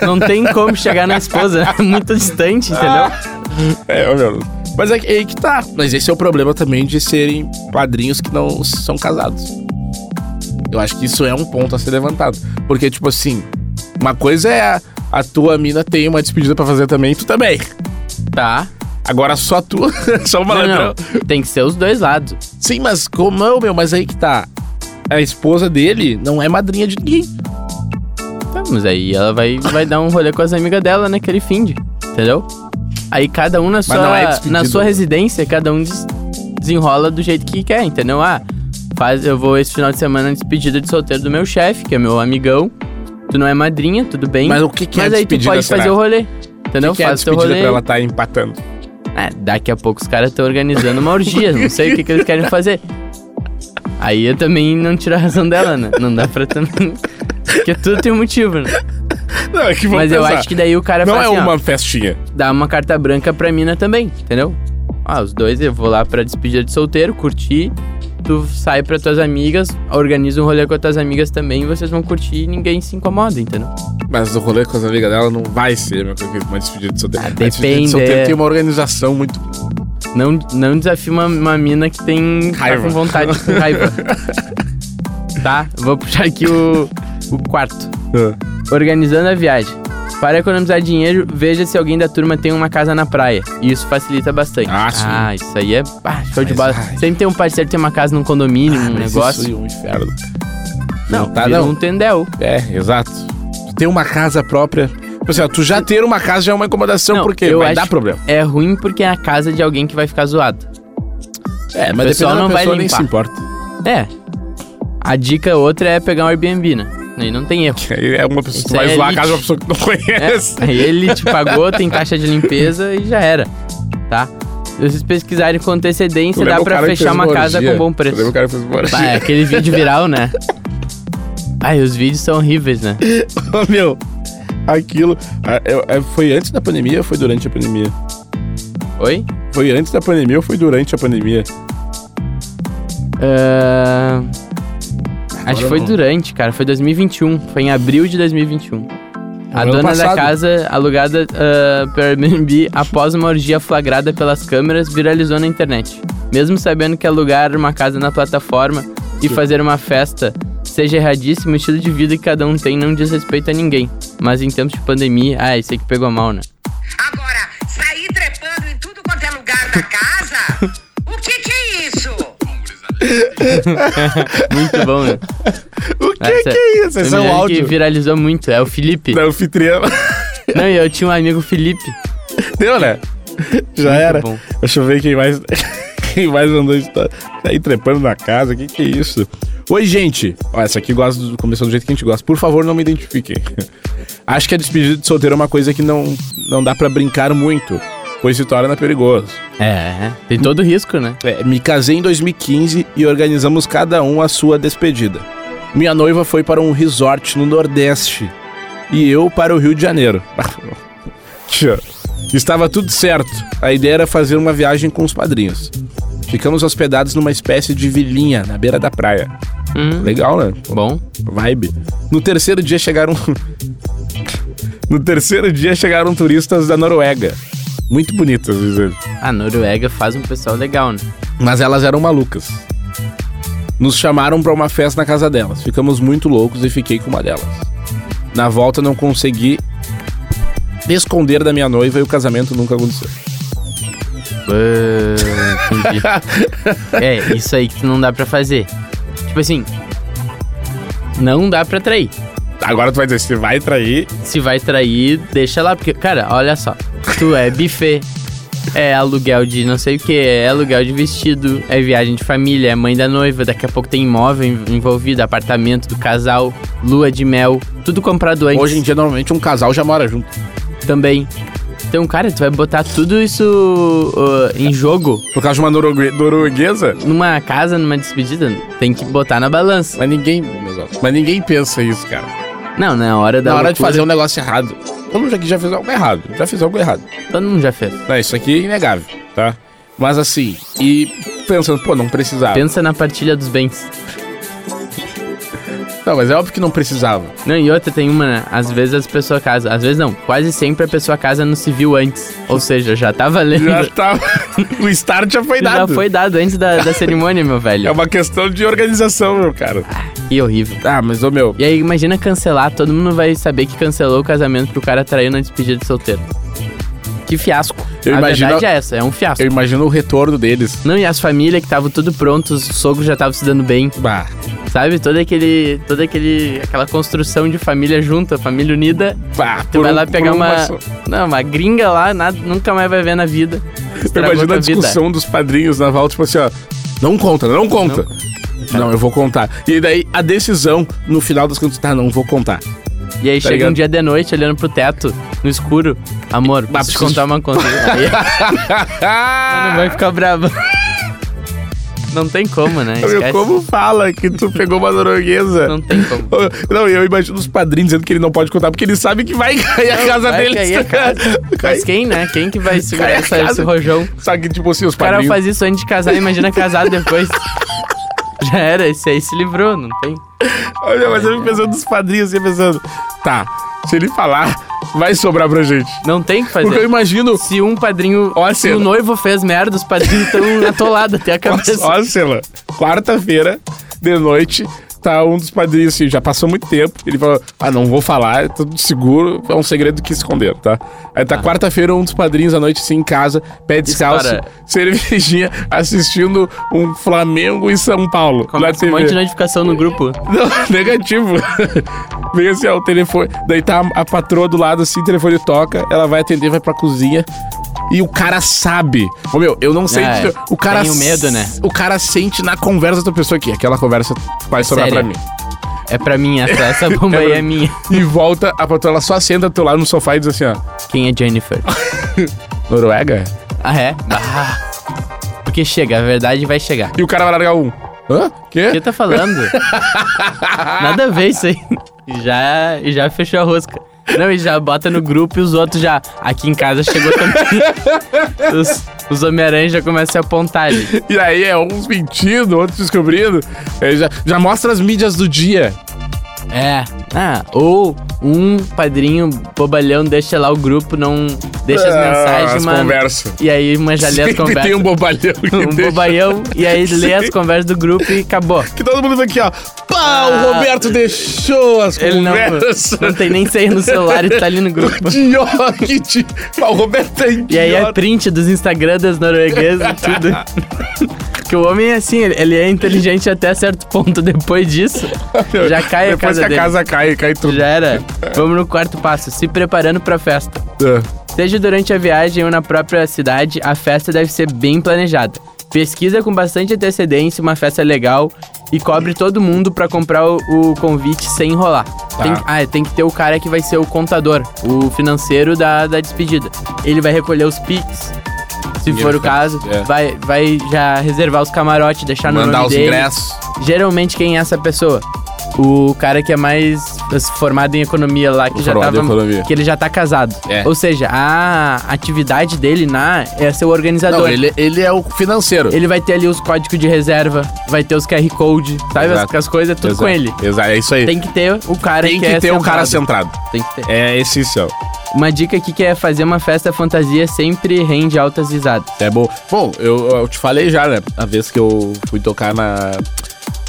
S3: Não tem como chegar na esposa, é muito distante, entendeu?
S2: É, ô, meu. Mas é que- é que tá. Mas esse é o problema também de serem padrinhos que não são casados. Eu acho que isso é um ponto a ser levantado. Porque, tipo assim, uma coisa é a, a tua mina tem uma despedida pra fazer também, tu também.
S3: Tá.
S2: Agora só tu, só o
S3: Não,
S2: malandrão.
S3: não, tem que ser os dois lados.
S2: Sim, mas como não, meu? Mas aí que tá. A esposa dele não é madrinha de ninguém.
S3: Tá, mas aí ela vai, vai dar um rolê com as amigas dela naquele fim de, entendeu? Aí cada um na
S2: não
S3: sua,
S2: é despedido.
S3: na sua residência, cada um des- desenrola do jeito que quer, entendeu? Ah, faz, eu vou esse final de semana na despedida de solteiro do meu chefe, que é meu amigão. Tu não é madrinha, tudo bem.
S2: Mas o que, que
S3: Mas
S2: é
S3: aí tu
S2: despedida?
S3: pode
S2: será?
S3: fazer o rolê. Entendeu?
S2: o que, que é
S3: Faz o teu
S2: despedida
S3: rolê.
S2: pra ela tá empatando?
S3: Ah, daqui a pouco os caras estão organizando uma orgia. não sei o que, que eles querem fazer. Aí eu também não tiro a razão dela, né? Não dá pra também. Porque tudo tem um motivo, né?
S2: Não, é que vamos
S3: Mas eu
S2: pensar.
S3: acho que daí o cara
S2: Não
S3: fala
S2: é
S3: assim, ó,
S2: uma festinha.
S3: dá uma carta branca pra mina também, entendeu? Ah, os dois eu vou lá pra despedida de solteiro, curtir. Tu sai pra tuas amigas, organiza um rolê com as tuas amigas também, e vocês vão curtir e ninguém se incomoda, entendeu?
S2: Mas o rolê com as amigas dela não vai ser meu, uma despedida de solteiro.
S3: Ah,
S2: A despedida de
S3: depende,
S2: solteiro
S3: é.
S2: tem uma organização muito.
S3: Não, não desafia uma, uma mina que tem. tá
S2: Raiva.
S3: com vontade, com raiva. tá? Vou puxar aqui o, o quarto.
S2: um
S3: Organizando a viagem. Para economizar dinheiro, veja se alguém da turma tem uma casa na praia. E isso facilita bastante.
S2: Ah, sim.
S3: Ah, isso aí é ah, show de
S2: Mas,
S3: bola.
S2: ai.
S3: Sempre tem um parceiro que tem uma casa num condomínio, um
S2: Mas
S3: negócio.
S2: isso é um inferno.
S3: Não,
S2: tá,
S3: vira
S2: não.
S3: um tendel.
S2: É, exato. Tu Ter uma casa própria. Tipo assim, ó, tu já ter uma casa já é uma incomodação,
S3: Não,
S2: porque
S3: eu
S2: vai
S3: acho-
S2: dar problema.
S3: É ruim porque é a casa de alguém que vai ficar zoado.
S2: É,
S3: o pessoal
S2: dependendo da
S3: não vai
S2: pessoa, nem
S3: limpar.
S2: se importa.
S3: É. A dica outra é pegar um Airbnb, né? Aí não tem erro.
S2: Aí é uma pessoa, tu
S3: Isso
S2: vai
S3: é
S2: zoar a
S3: elite.
S2: casa de uma pessoa que tu não conhece.
S3: É, aí ele te pagou, tem taxa de limpeza e já era, tá? Se vocês pesquisarem com
S2: Tu
S3: antecedência,
S2: lembra
S3: dá
S2: o
S3: pra
S2: cara que
S3: fechar
S2: fez
S3: uma casa
S2: orgia?
S3: com bom
S2: Tu lembra
S3: preço.
S2: o cara que fez uma orgia?
S3: Bah, é aquele vídeo viral, né? Ai, os vídeos são horríveis, né?
S2: Ô, meu, aquilo. ah, eu- é, foi antes da pandemia ou foi durante a pandemia?
S3: Oi?
S2: Foi antes da pandemia ou foi durante a pandemia?
S3: Ahn, Ah, Acho que foi
S2: não.
S3: durante, cara. Foi 2021. Foi em abril de 2021. A
S2: ano
S3: dona
S2: passado.
S3: da casa, alugada ah, pelo Airbnb após uma orgia flagrada pelas câmeras, viralizou na internet. Mesmo sabendo que alugar uma casa na plataforma e fazer uma festa seja erradíssimo, o estilo de vida que cada um tem não diz respeito a ninguém. Mas em tempos de pandemia, ah, isso aí que pegou mal, né?
S4: Agora, sair trepando em tudo quanto é lugar da casa? O que que é isso?
S3: Muito bom, né?
S2: O que
S3: Essa-
S2: que é isso? Esse é
S3: Eu me
S2: o
S3: lembro
S2: áudio
S3: que viralizou muito, é o Felipe.
S2: da anfitriã.
S3: Não, e eu tinha um amigo Felipe.
S2: Deu, né? Já
S3: Muito
S2: era.
S3: bom.
S2: Deixa eu ver quem mais. quem mais andou está tá aí trepando na casa. O que, que é isso? Oi, gente. Ó, essa aqui gosta do- começou do jeito que a gente gosta. Por favor, não me identifiquem. Acho que a despedida de solteiro é uma coisa que não, não dá pra brincar muito, pois se torna perigoso.
S3: É, tem todo o risco, né?
S2: É, me casei em 2015 e organizamos cada um a sua despedida. Minha noiva foi para um resort no Nordeste e eu para o Rio de Janeiro. Tchê. Estava tudo certo. A ideia era fazer uma viagem com os padrinhos. Ficamos hospedados numa espécie de vilinha na beira da praia.
S3: Hum.
S2: Legal, né?
S3: Bom,
S2: vibe. No terceiro dia chegaram. no terceiro dia chegaram turistas da Noruega. Muito bonitas, diz ele.
S3: a Noruega faz um pessoal legal, né?
S2: Mas elas eram malucas. Nos chamaram pra uma festa na casa delas. Ficamos muito loucos e fiquei com uma delas. Na volta não consegui esconder da minha noiva e o casamento nunca aconteceu.
S3: Ah, entendi. é, isso aí que não dá pra fazer. Tipo assim, não dá pra trair.
S2: Agora tu vai dizer, se vai trair.
S3: Se vai trair, deixa lá, porque, cara, olha só. Tu é buffet, é aluguel de não sei o que, é aluguel de vestido, é viagem de família, é mãe da noiva, daqui a pouco tem imóvel en- envolvido, apartamento do casal, lua de mel, tudo comprado antes.
S2: Hoje em dia, normalmente, um casal já mora junto.
S3: também. Então, cara, tu vai botar tudo isso uh, em jogo
S2: Por causa de uma noruegue- norueguesa?
S3: numa casa, numa despedida, tem que botar na balança.
S2: Mas ninguém. meus olhos, Mas ninguém pensa isso, cara.
S3: Não, na hora da
S2: Na hora de
S3: loucura,
S2: fazer um negócio errado. Todo mundo aqui já fez algo errado. Já fez algo errado.
S3: todo mundo já fez.
S2: Não, isso aqui é inegável, tá? Mas assim, e pensando, pô, não precisava.
S3: Pensa na partilha dos bens.
S2: Não, mas é óbvio que não precisava.
S3: Não, e outra tem uma, né? Às vezes as pessoas casam, às vezes não, quase sempre a pessoa casa no civil antes. Ou seja, já tá valendo.
S2: Já tava. o start já foi
S3: Já
S2: dado.
S3: foi dado antes da, da cerimônia, meu
S2: É
S3: velho.
S2: uma questão de organização, meu cara.
S3: Que horrível.
S2: Ah, mas ô meu.
S3: E aí, imagina cancelar, todo mundo vai saber que cancelou o casamento pro cara traiu na despedida de solteiro. Que fiasco.
S2: Eu
S3: a
S2: imagino-
S3: verdade é essa, é um fiasco.
S2: Eu imagino o retorno deles.
S3: Não, e as famílias que estavam tudo pronto, os sogros já estavam se dando bem,
S2: Bah.
S3: sabe? Todo aquele, toda aquele, aquela construção de família junta, família unida.
S2: bah um
S3: Tu vai lá pegar uma,
S2: Eu
S3: não, uma gringa lá, nada, nunca mais vai ver na vida. Estragou
S2: imagino a
S3: tua vida.
S2: discussão dos padrinhos na volta, tipo assim, ó. Não conta, não conta. Não, eu vou contar. E daí a decisão, no final das contas, tá, não vou contar.
S3: E aí chega
S2: tá ligado?
S3: um dia de noite, olhando pro teto, no escuro. Amor,
S2: Bah,
S3: preciso
S2: preciso-
S3: te contar uma coisa. aí a
S2: Ah!
S3: mãe vai ficar brava. Não tem como, né?
S2: Meu,
S3: Esquece.
S2: como fala que tu pegou uma norueguesa?
S3: Não tem como.
S2: Não, eu imagino os padrinhos dizendo que ele não pode contar, porque ele sabe que vai cair a casa
S3: vai
S2: dele.
S3: cair a casa.
S2: Cai-
S3: Mas quem, né? Quem que vai segurar
S2: Cai a
S3: essa,
S2: casa.
S3: esse rojão?
S2: Só que, tipo assim, os
S3: O cara
S2: padrinhos...
S3: faz isso antes de casar, imagina casar depois. Já era, esse aí se livrou, não tem.
S2: Olha, mas eu fico pensando nos padrinhos, assim, pensando... Tá, se ele falar, vai sobrar pra gente.
S3: Não tem o que
S2: Porque eu
S3: fazer.
S2: imagino...
S3: Se um padrinho.
S2: Ó a
S3: se
S2: cena.
S3: o noivo fez merda, os padrinhos estão atolados até a cabeça.
S2: Ó, Sela, quarta-feira de noite... Tá um dos padrinhos, assim, já passou muito tempo. Ele falou: Ah, não vou falar, é tudo seguro, é um segredo que esconderam, tá? Aí tá quarta-feira, um dos padrinhos à noite, assim, em casa, pé descalço,
S3: Ah. Dispara.
S2: cervejinha, assistindo um Flamengo e São Paulo. na
S3: Começa um monte
S2: TV.
S3: de notificação no grupo.
S2: Não, negativo. Vem assim, ó, o telefone. Daí tá a, a patroa do lado, assim, o telefone toca, ela vai atender, vai pra cozinha. E o cara sabe. Ô, meu, eu não sei.
S3: É,
S2: dizer- o cara.
S3: tem o medo, né?
S2: O cara sente na conversa da pessoa aqui. Aquela conversa vai sobrar
S3: Séria.
S2: pra mim.
S3: É pra mim, essa, essa bomba aí é minha.
S2: E volta, a patroa ela só senta do teu lado no sofá e diz assim, ó.
S3: Quem é Jennifer?
S2: Noruega?
S3: Ah, é? Bah. Porque chega, a verdade vai chegar.
S2: E o cara vai largar um. Hã?
S3: O que
S2: Quê?
S3: tá falando? Nada a ver isso aí. Já, já fechou a rosca. Não, e já bota no grupo e os outros já. Aqui em casa chegou também. Os, os Homem-Aranha já começam a apontar ali.
S2: E aí é uns mentindo, outros descobrindo. Aí já, já mostra as mídias do dia.
S3: É. Ah, ou um padrinho bobalhão deixa lá o grupo, não deixa as
S2: Ah,
S3: mensagens,
S2: as
S3: mano.
S2: conversas.
S3: E aí, mas já lê as
S2: Sempre tem
S3: conversas.
S2: um bobalhão que
S3: Um
S2: deixa-
S3: bobalhão, e aí lê as conversas do grupo e acabou.
S2: Que todo mundo vê aqui, ó. Pá, o
S3: Ah,
S2: Roberto deixou as
S3: Ele não,
S2: conversas.
S3: não tem nem senha no celular e tá ali no grupo.
S2: Idiota, que di- Pá, o Roberto é idiota.
S3: E aí é print dos Instagram das norueguesas e tudo. Porque o homem, assim, ele- ele é inteligente até certo ponto. Depois disso, já cai a
S2: Depois
S3: casa
S2: que a
S3: dele.
S2: casa cai, cai tudo.
S3: Já é. era. Vamos no quarto passo, se preparando pra festa.
S2: É.
S3: Seja durante a viagem ou na própria cidade, a festa deve ser bem planejada. Pesquisa com bastante antecedência uma festa legal e cobre todo mundo pra comprar o, o convite sem enrolar.
S2: Tá.
S3: Tem, que- ah, tem que ter o cara que vai ser o contador, o financeiro da, da despedida. Ele vai recolher os pics, se
S2: Dinheiro
S3: for o
S2: pra-
S3: caso.
S2: é.
S3: Vai, vai já reservar os camarotes, deixar Tá no
S2: Mandar
S3: nome
S2: os
S3: dele.
S2: ingressos.
S3: Geralmente quem é essa pessoa? O cara que é mais formado em economia lá, que já
S2: formado em
S3: tava,
S2: economia.
S3: que ele já tá casado.
S2: É.
S3: Ou seja, a atividade dele na é ser o organizador.
S2: Não, ele, ele é o financeiro.
S3: Ele vai ter ali os códigos de reserva, vai ter os QR Code, sabe? As,
S2: Exato.
S3: as coisas, é tudo
S2: Exato.
S3: com ele.
S2: Exato, é isso aí.
S3: Tem que ter o cara
S2: Tem
S3: que, é
S2: ter o cara
S3: centrado.
S2: centrado.
S3: Tem que ter.
S2: É essencial.
S3: Uma dica aqui que é fazer uma festa fantasia sempre rende altas risadas.
S2: É bom. Bom, eu, eu te falei já, né? A vez que eu fui tocar na.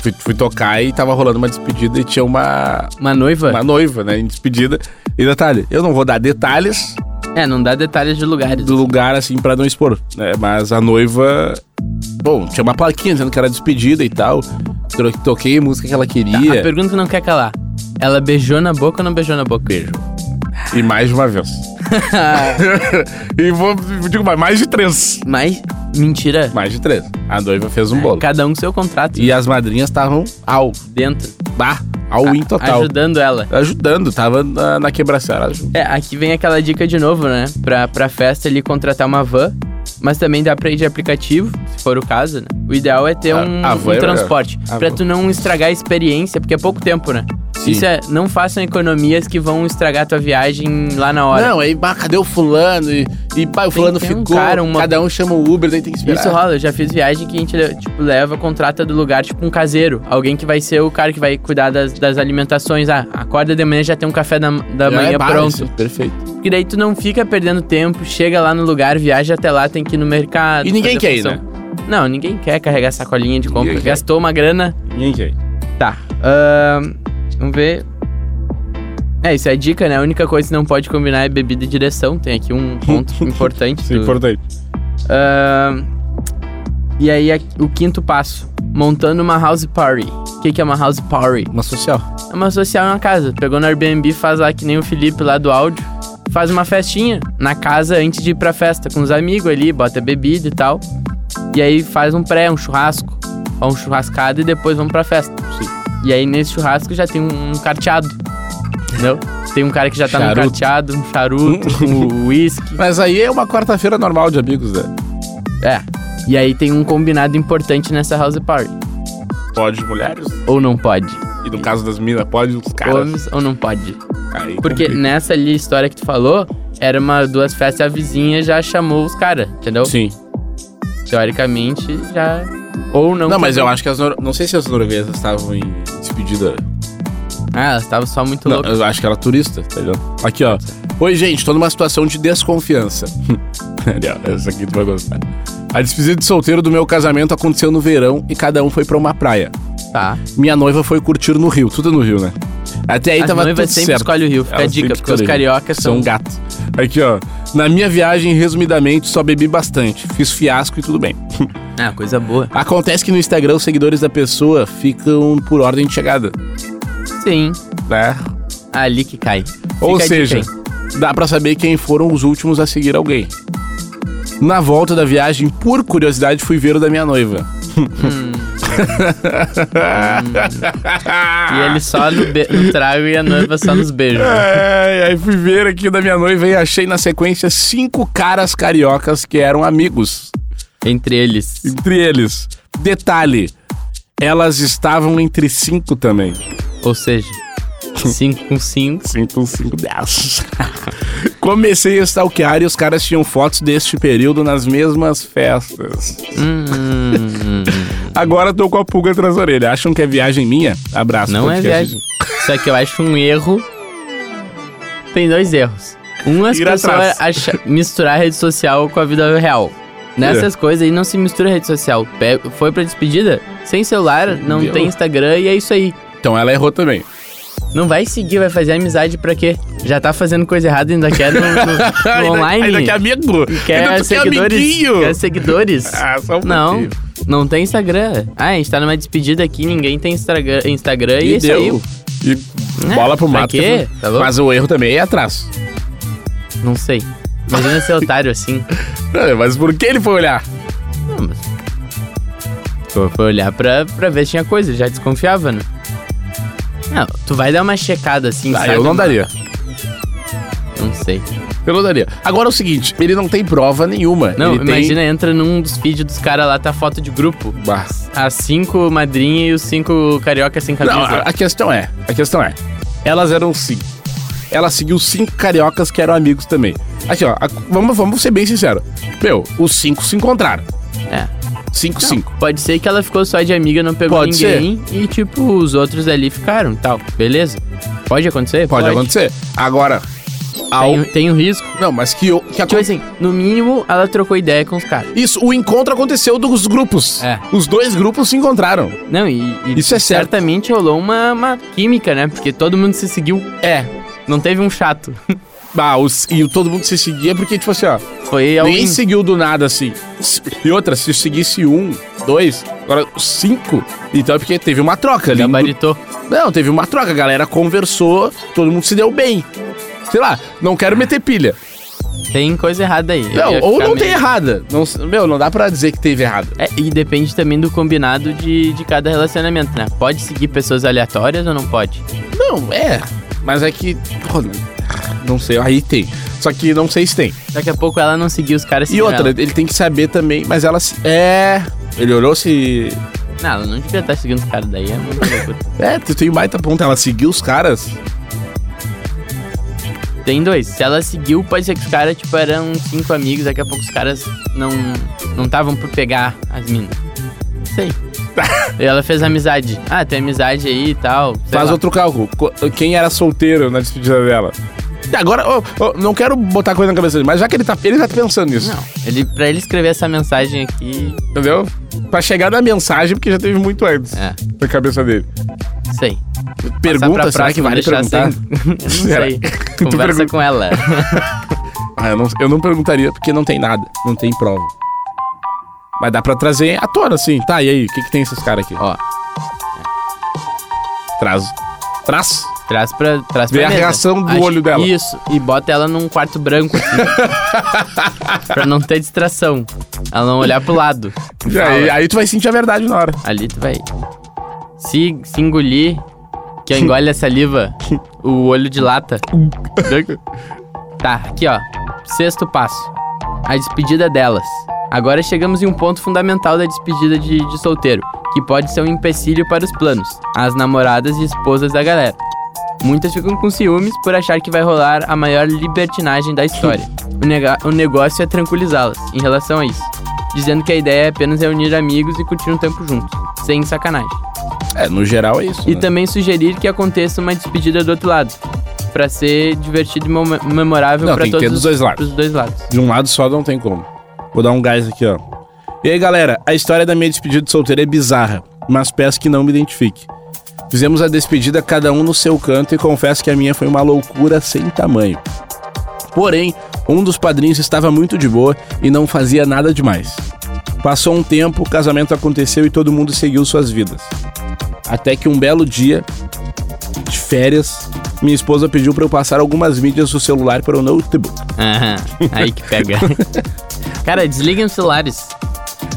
S2: Fui, fui tocar e tava rolando uma despedida e tinha uma.
S3: Uma noiva?
S2: Uma noiva, né? Em despedida. E detalhe, eu não vou dar detalhes,
S3: É, não dá detalhes de lugares.
S2: do lugar, assim, pra não expor. Né? Mas a noiva. Bom, tinha uma plaquinha dizendo que era despedida e tal. Tro- Toquei a música que ela
S3: A
S2: queria.
S3: pergunta que não quer calar. Ela beijou na boca ou não beijou na boca? Beijo.
S2: E mais de uma vez. e vou. Digo, mais, mais de três.
S3: Mas, mentira.
S2: Mais de três. A noiva fez um bolo.
S3: Cada um com seu contrato.
S2: E as madrinhas estavam ao.
S3: Dentro. tá
S2: Bah, ao in total.
S3: Ajudando ela.
S2: Ajudando, tava na, na quebraceira.
S3: É, aqui vem aquela dica de novo, né? Pra, pra festa ele contratar uma van. Mas também dá pra ir de aplicativo, se for o caso, né? O ideal é ter
S2: A-
S3: um,
S2: a van
S3: um
S2: é melhor.
S3: transporte.
S2: A
S3: pra
S2: van.
S3: tu não estragar a experiência, porque é pouco tempo, né?
S2: Sim.
S3: Isso é, não façam economias que vão estragar tua viagem lá na hora.
S2: Não, aí, bah, cadê o fulano? E, e bah, o fulano
S3: tem um
S2: ficou.
S3: cara, uma-
S2: Cada um chama o Uber, daí tem que esperar.
S3: Isso rola, eu já fiz viagem que a gente, tipo, leva, contrata do lugar, tipo, um caseiro. Alguém que vai ser o cara que vai cuidar das, das alimentações. Ah, acorda de manhã já tem um café da, da
S2: É,
S3: manhã
S2: bah,
S3: pronto.
S2: isso, Perfeito.
S3: Porque daí tu não fica perdendo tempo, chega lá no lugar, viaja até lá, tem que ir no mercado.
S2: E ninguém
S3: fazer
S2: quer ir, né?
S3: função. Não, ninguém quer carregar sacolinha de compra.
S2: Ninguém quer.
S3: Gastou uma grana.
S2: Ninguém.
S3: Tá. ahn, vamos ver. É, isso é dica, né? A única coisa que não pode combinar é bebida e direção. Tem aqui um ponto importante.
S2: Isso é
S3: do-
S2: importante.
S3: Ahn, e aí, a- o quinto passo. Montando uma house party. O que, que é uma house party?
S2: Uma social.
S3: É uma social na casa. Pegou no Airbnb, faz lá que nem o Felipe lá do áudio. Faz uma festinha na casa antes de ir pra festa com os amigos ali, bota bebida e tal. E aí faz um pré, um churrasco. Ou um churrascado e depois vamos pra festa. E aí nesse churrasco já tem um, um carteado. Entendeu? Tem um cara que já tá no
S2: Charuto.
S3: carteado, um charuto, um uísque.
S2: Mas aí é uma quarta-feira normal de amigos, né?
S3: É. E aí tem um combinado importante nessa house party.
S2: Pode mulheres.
S3: Ou não pode.
S2: E no caso das minas, pode os caras.
S3: Homens ou não pode.
S2: Aí
S3: Porque
S2: complica.
S3: nessa ali história que tu falou, era uma duas festas e a vizinha já chamou os caras, entendeu?
S2: Sim.
S3: Teoricamente, já. Ou não.
S2: Não, mas eu acho que as. nor- Não sei se as norueguesas estavam em despedida.
S3: Ah, elas estavam só muito
S2: Não,
S3: loucas.
S2: eu acho que era turista, tá ligado? Aqui, ó. Oi, gente, tô numa situação de desconfiança. Ali, ó, Essa aqui tu vai gostar. A despedida de solteiro do meu casamento aconteceu no verão e cada um foi pra uma praia.
S3: Tá.
S2: Minha noiva foi curtir no Rio. Tudo no Rio, né? Até aí
S3: As
S2: tava
S3: noivas
S2: tudo
S3: sempre
S2: certo.
S3: escolhem o Rio, fica
S2: Elas
S3: a dica,
S2: sempre
S3: porque os
S2: escolhem o Rio.
S3: cariocas
S2: São um
S3: são-
S2: gato. Aqui, ó. Na minha viagem, resumidamente, só bebi bastante. Fiz fiasco e tudo bem.
S3: Ah, coisa boa.
S2: Acontece que no Instagram os seguidores da pessoa ficam por ordem de chegada,
S3: Sim.
S2: né?
S3: Ali que cai. Fica
S2: Ou
S3: a dica
S2: seja,
S3: aí.
S2: dá pra saber quem foram os últimos a seguir alguém. Na volta da viagem, por curiosidade, fui ver o da minha noiva.
S3: Hum. E ele só no, be- no trago e a noiva só nos beijos.
S2: É, aí fui ver aqui o da minha noiva e achei na sequência cinco caras cariocas que eram amigos
S3: Entre eles.
S2: entre eles. Detalhe, elas estavam entre cinco também.
S3: Ou seja, 5 com 5.
S2: 5, 5, 10. Então, Comecei a stalkear e os caras tinham fotos deste período nas mesmas festas.
S3: Hum,
S2: Agora tô com a pulga atrás da orelha. Acham que é viagem minha? Abraço.
S3: não é
S2: podcast.
S3: viagem. Só que eu acho um erro. Tem dois erros. Um é as
S2: Ir
S3: pessoas
S2: atrás.
S3: acha- misturar a rede social com a vida real. Nessas
S2: É.
S3: coisas aí não se mistura a rede social. Pe- Foi pra despedida? Sem celular, não
S2: Deu.
S3: tem Instagram e é isso aí.
S2: Então ela errou também.
S3: Não vai seguir, vai fazer amizade pra quê? Já tá fazendo coisa errada, ainda quer no, no- no
S2: Ainda-
S3: online.
S2: Ainda que é amigo.
S3: Quer
S2: ainda tu
S3: seguidores?
S2: amiguinho.
S3: Quer seguidores?
S2: Ah, só um
S3: não,
S2: pouquinho.
S3: não tem Instagram. Ah, a gente tá numa despedida aqui, ninguém tem Instagram, Instagram e,
S2: E
S3: É isso
S2: deu. E
S3: É,
S2: bola pro
S3: pra
S2: mato.
S3: quê?
S2: que foi-
S3: Tá louco?
S2: Mas o erro também é atrás.
S3: aí. Não sei. Imagina ser otário assim.
S2: É, Mas por que ele foi olhar?
S3: Não, mas... Foi, foi olhar pra, pra ver se tinha coisa, já desconfiava, né? Não, tu vai dar uma checada assim,
S2: Ah,
S3: sabe?
S2: eu não daria.
S3: Não sei.
S2: Eu não daria. Agora é o seguinte, ele não tem prova nenhuma.
S3: Não,
S2: ele
S3: imagina, entra num dos feeds dos caras lá, tá foto de grupo.
S2: Tem... Bah.
S3: As cinco madrinhas e os cinco carioca sem camisa.
S2: Não, a, a questão é, a questão é, elas eram cinco. Ela seguiu cinco cariocas que eram amigos também. Aqui, ó, a- vamos, vamos ser bem sinceros. Meu, os cinco se encontraram.
S3: É.
S2: Cinco, cinco.
S3: Pode ser que ela ficou só de amiga, não pegou
S2: Pode
S3: ninguém e, tipo, os outros ali ficaram tal. Beleza? Pode acontecer?
S2: Pode, acontecer. Agora, ao...
S3: Tem, um, tem o risco.
S2: Não, mas que, o- que
S3: Tipo
S2: aconteceu.
S3: assim, no mínimo, ela trocou ideia com os caras.
S2: Isso, o encontro aconteceu dos grupos.
S3: É.
S2: Os dois grupos se encontraram.
S3: Não, e, e
S2: Isso é certo.
S3: certamente rolou uma, uma química, né? Porque todo mundo se seguiu. É. Não teve um chato.
S2: Ah, os, e todo mundo se seguia porque, tipo assim, ó,
S3: Foi alguém...
S2: Ninguém seguiu do nada assim. E outra, se seguisse um, dois, agora cinco. Então é porque teve uma troca ali.
S3: Gabaritou.
S2: Não, teve uma troca. A galera conversou, todo mundo se deu bem. Sei lá, não quero meter pilha.
S3: Tem coisa errada aí. Eu
S2: Não,
S3: ia
S2: ou
S3: ficar
S2: não
S3: meio-
S2: tem errada. Não, meu, não dá pra dizer que teve errada.
S3: É, e depende também do combinado de, de cada relacionamento, né? Pode seguir pessoas aleatórias ou não pode?
S2: Não, é. Mas é que. pô, não sei, aí tem. Só que não sei se tem.
S3: Daqui a pouco ela não seguiu os caras
S2: E
S3: seguiram
S2: outra,
S3: ela.
S2: ele tem que saber também, mas ela se. É. Ele olhou se.
S3: Não, ela não devia estar seguindo os caras daí, é muito loucura.
S2: É, tu tem baita ponta. Ela seguiu os caras.
S3: Tem dois. Se ela seguiu, pode ser que os caras, tipo, eram cinco amigos, daqui a pouco os caras não não estavam por pegar as minas. Sei. e ela fez amizade. Ah, tem amizade aí e tal. sei
S2: Faz
S3: lá.
S2: outro cálculo. Co- Quem era solteiro na despedida dela? E agora, ô, ô, não quero botar coisa na cabeça dele, mas já que ele tá. Ele já tá pensando nisso.
S3: Não, ele, pra ele escrever essa mensagem aqui,
S2: Entendeu? Pra chegar na mensagem, porque já teve muito antes
S3: É.
S2: na cabeça dele.
S3: sei.
S2: Pergunta, será
S3: Passar pra
S2: que
S3: próxima,
S2: vale
S3: deixar
S2: perguntar?
S3: sem- Eu não
S2: Será?
S3: sei.
S2: Tu
S3: Conversa
S2: pergunta.
S3: com ela.
S2: Ah, eu não, eu não perguntaria, porque não tem nada. Não tem prova. Mas dá pra trazer à tona, assim. Tá, e aí? O que, que tem esses caras aqui?
S3: Ó,
S2: Traz. Traz.
S3: traz pra. Traz
S2: Vê
S3: pra
S2: a
S3: mesa.
S2: reação do olho dela.
S3: Isso, e bota ela num quarto branco assim, pra não ter distração. Ela não olhar pro lado.
S2: E aí,
S3: Fala.
S2: aí tu vai sentir a verdade na hora.
S3: Ali tu vai. Se, se engolir, que eu engole a saliva, o olho dilata. Tá, aqui ó. Sexto passo. A despedida delas. Agora chegamos em um ponto fundamental da despedida de, de solteiro, que pode ser um empecilho para os planos, as namoradas e esposas da galera. Muitas ficam com ciúmes por achar que vai rolar a maior libertinagem da história. O, nega- o negócio é tranquilizá-las em relação a isso, dizendo que a ideia é apenas reunir amigos e curtir um tempo juntos, sem sacanagem.
S2: É, no geral é isso.
S3: E
S2: né?
S3: também sugerir que aconteça uma despedida do outro lado, pra ser divertido e mem- memorável
S2: Não,
S3: para
S2: tem que
S3: todos
S2: ter dos
S3: os
S2: dois lados.
S3: pros dois lados.
S2: De um lado só não tem como. Vou dar um gás aqui, ó. E aí, galera, a história da minha despedida de solteiro é bizarra, mas peço que não me identifique. Fizemos a despedida cada um no seu canto e confesso que a minha foi uma loucura sem tamanho. Porém, um dos padrinhos estava muito de boa e não fazia nada demais. Passou um tempo, o casamento aconteceu e todo mundo seguiu suas vidas. Até que um belo dia, de férias, minha esposa pediu para eu passar algumas mídias do celular para o notebook.
S3: Aham, aí que pega. Cara, desliguem os celulares.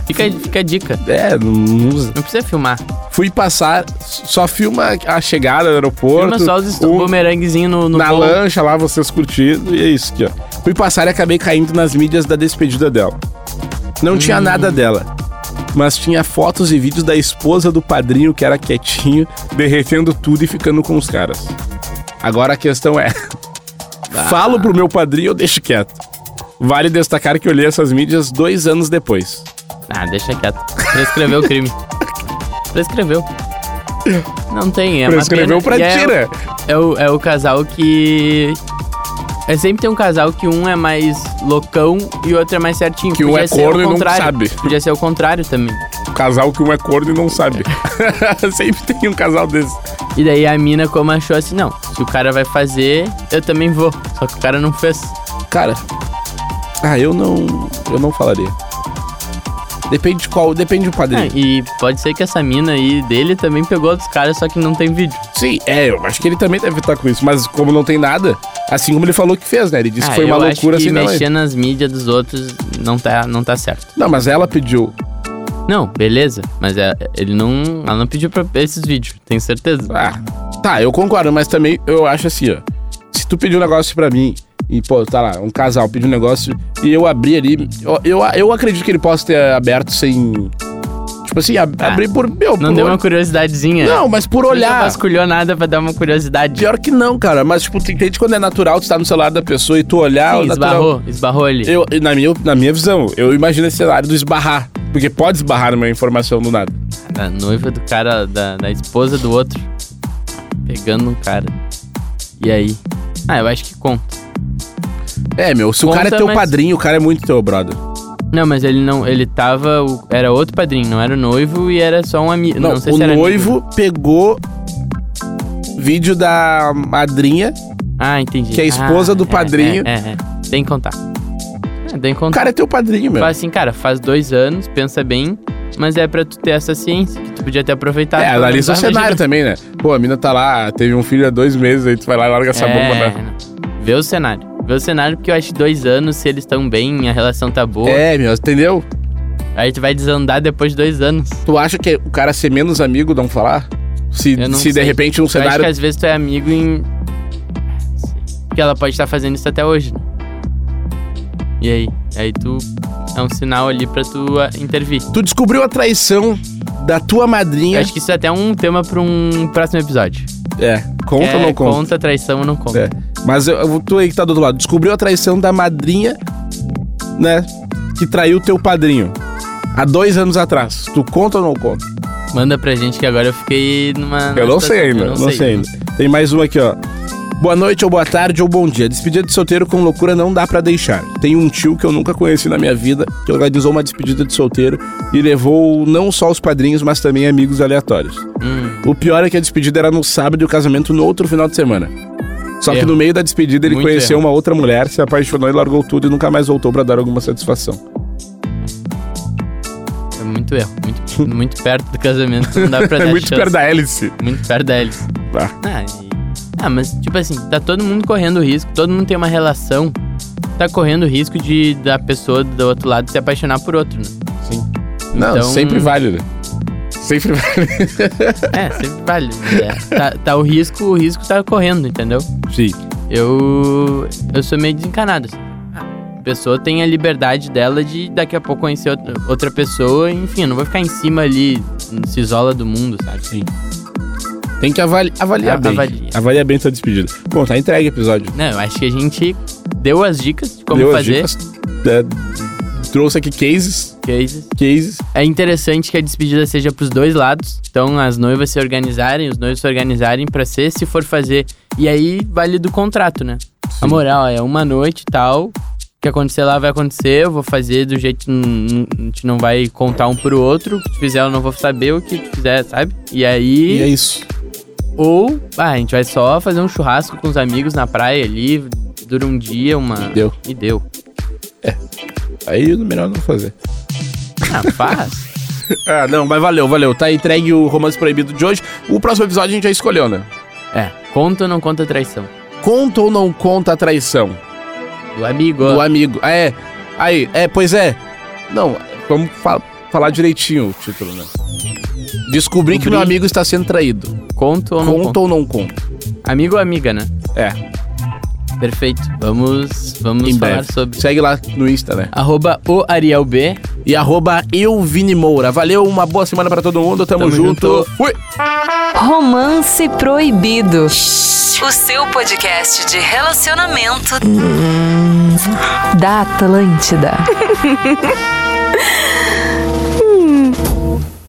S3: Fica, fica a dica.
S2: É, não- não usa.
S3: Não precisa filmar.
S2: Fui passar, só filma a chegada do aeroporto.
S3: Filma só os
S2: o-
S3: bumeranguezinhos no, no
S2: um na
S3: voo.
S2: lancha lá, vocês curtindo, e é isso aqui, ó. Fui passar e acabei caindo nas mídias da despedida dela. Não
S3: Hum.
S2: tinha nada dela, mas tinha fotos e vídeos da esposa do padrinho, que era quietinho, derretendo tudo e ficando com os caras. Agora a questão é:
S3: Ah.
S2: falo pro meu padrinho ou deixo quieto? Vale destacar que olhei essas mídias dois anos depois.
S3: Ah, deixa quieto. Prescreveu o crime. Prescreveu. Não tem, é uma
S2: Prescreveu
S3: pena.
S2: pra
S3: E é-
S2: tira.
S3: É o, é o casal que. É sempre tem um casal que um é mais loucão e o outro é mais certinho.
S2: Que um é
S3: Podia ser o
S2: corno e não
S3: contrário.
S2: sabe.
S3: Podia ser o contrário também.
S2: Casal que um é corno e não sabe. Sempre tem um casal desse.
S3: E daí a mina, como achou assim, não, se o cara vai fazer, eu também vou. Só que o cara não fez.
S2: Cara, ah, eu não. Eu não falaria. Depende de qual. Depende do
S3: Ah,
S2: padrinho.
S3: e pode ser que essa mina aí dele também pegou dos caras, só que não tem vídeo.
S2: Sim, é, eu acho que ele também deve estar com isso. Mas como não tem nada, assim como ele falou que fez, né? Ele disse
S3: Ah,
S2: que foi uma
S3: eu
S2: loucura
S3: acho
S2: assim,
S3: que
S2: não.
S3: mexer nas mídias dos outros não tá, não tá certo.
S2: Não, mas ela pediu.
S3: Não, beleza. Mas é- ele não. Ela não pediu pra esses vídeos, tenho certeza.
S2: Ah, tá, eu concordo, mas também eu acho assim, ó. Se tu pedir um negócio pra mim, e, pô, tá lá, um casal pediu um negócio, e eu abri ali. Eu, eu, eu acredito que ele possa ter aberto sem. Tipo assim, ab-
S3: Ah,
S2: abrir por. Meu,
S3: Não
S2: por
S3: deu
S2: olho.
S3: uma curiosidadezinha.
S2: Não, mas por
S3: Não
S2: olhar.
S3: vasculhou nada pra dar uma curiosidade.
S2: Pior que não, cara. Mas, tipo, tu entende quando é natural, tu tá no celular da pessoa e tu olhar.
S3: Sim,
S2: o natural-
S3: esbarrou, esbarrou ali.
S2: tá Eu, na, minha, na minha visão, eu imagino esse cenário do esbarrar. Porque pode esbarrar numa informação do nada.
S3: Da noiva do cara, da, da esposa do outro. Pegando um cara. E aí? Ah, eu acho que conta.
S2: É, meu, se o
S3: Conta,
S2: cara é teu
S3: mas-
S2: padrinho, o cara é muito teu brother.
S3: Não, mas ele não, ele tava, o- era outro padrinho, não era o noivo e era só um amigo.
S2: Não,
S3: Não, sei
S2: o
S3: se era amigo.
S2: noivo pegou vídeo da madrinha.
S3: Ah, entendi.
S2: que é a esposa
S3: Ah,
S2: do
S3: é,
S2: padrinho.
S3: É, é, é. Tem que contar. É, tem que
S2: O
S3: contar.
S2: cara é teu padrinho, meu.
S3: Fala assim, cara, faz dois anos, pensa bem, mas é pra tu ter essa ciência, que tu podia ter aproveitado.
S2: é,
S3: Pelo menos
S2: analisa o
S3: arranja
S2: cenário também, né? Pô, a mina tá lá, teve um filho há dois meses, aí tu vai lá e larga essa
S3: É,
S2: bomba, né?
S3: não. Vê o cenário. Vê o cenário, porque eu acho que dois anos, se eles estão bem, a relação tá boa.
S2: É, meu, entendeu?
S3: Aí tu vai desandar depois de dois anos.
S2: Tu acha que o cara ser menos amigo, não falar? Se,
S3: Eu não
S2: se de
S3: sei.
S2: repente um
S3: Eu acho que
S2: cenário.
S3: às vezes tu é amigo em. Porque ela pode estar fazendo isso até hoje. né? E aí? Aí tu. É um sinal ali pra tu ah, intervir.
S2: Tu descobriu a traição da tua
S3: Eu
S2: madrinha.
S3: acho que isso é até um tema pra um próximo episódio.
S2: É, conta
S3: É,
S2: ou não conta?
S3: Conta traição ou não conta.
S2: É. Mas eu, eu- tu aí que tá do outro lado. Descobriu a traição da madrinha, né? Que traiu teu padrinho. Há dois anos atrás. Tu conta ou não conta?
S3: Manda pra gente que agora eu fiquei numa.
S2: tá Eu não sei
S3: numa situação-
S2: ainda,
S3: eu
S2: não, sei, ainda. Tem mais um aqui, ó. Boa noite, ou boa tarde, ou bom dia. Despedida de solteiro com loucura não dá pra deixar. Tem um tio que eu nunca conheci na minha vida que organizou uma despedida de solteiro e levou não só os padrinhos, mas também amigos aleatórios.
S3: Hum.
S2: O pior é que a despedida era no sábado e o casamento no outro final de semana. Só que
S3: Erro.
S2: no meio da despedida ele
S3: É. Muito
S2: conheceu uma outra mulher, se apaixonou e largou tudo e nunca mais voltou pra dar alguma satisfação.
S3: É muito erro. Muito, muito perto do casamento. Não dá pra
S2: É
S3: dar
S2: muito
S3: chance.
S2: perto da hélice.
S3: Muito perto da hélice.
S2: Ah.
S3: Ah, e- ah, mas tipo assim, tá todo mundo correndo risco, todo mundo tem uma relação. Tá correndo risco de da pessoa do outro lado se apaixonar por outro, né?
S2: Sim. Não,
S3: Então-
S2: sempre vale, né? Sempre vale.
S3: É, sempre vale. mas é, tá, tá o risco, o risco tá correndo, entendeu?
S2: Sim.
S3: Eu. Eu sou meio desencanado. assim. Ah, pessoa tem a liberdade dela de daqui a pouco conhecer outra- outra pessoa, enfim, eu não vou ficar em cima ali, se isola do mundo, sabe?
S2: Sim. Assim. Tem que avali- avaliar
S3: A-
S2: bem.
S3: avalia.
S2: Avalia bem tua despedida. Bom, tá entregue o episódio.
S3: Não, eu acho que a gente deu as dicas de como
S2: Deu as
S3: fazer
S2: dicas, né, trouxe aqui cases.
S3: cases.
S2: Cases.
S3: É interessante que a despedida seja pros dois lados, então as noivas se organizarem, os noivos se organizarem pra ser, se for fazer. E aí vale do contrato, né? A moral é uma noite e tal, o que acontecer lá vai acontecer, eu vou fazer do jeito que n- n- a gente não vai contar um pro outro, o que tu fizer eu não vou saber o que tu fizer, sabe? E aí...
S2: E é isso.
S3: Ou, ah, a gente vai só fazer um churrasco com os amigos na praia ali, dura um dia, uma...
S2: Deu.
S3: E deu.
S2: Aí o melhor não fazer.
S3: Ah, faz.
S2: Ah, não, mas valeu, valeu. Tá entregue o Romance Proibido de hoje. O próximo episódio a gente já escolheu, né?
S3: é, conta ou não conta a traição?
S2: Conta ou não conta a traição
S3: Do amigo.
S2: do amigo? Ah, é. Aí, é, pois é. Não, vamos fa- falar direitinho o título, né? Descobri que
S3: Descobri.
S2: meu amigo está sendo traído.
S3: Conto ou não
S2: Conta
S3: conto?
S2: ou não conta?
S3: Amigo ou amiga, né?
S2: É,
S3: Perfeito. Vamos, vamos
S2: em
S3: falar
S2: breve.
S3: sobre.
S2: Segue lá no Insta, né?
S3: Arroba o Ariel B.
S2: E arroba eu, Vini Moura. Valeu, uma boa semana pra todo mundo. Tamo,
S3: Tamo
S2: junto.
S3: junto.
S2: Fui!
S1: Romance Proibido. O seu podcast de relacionamento da Atlântida.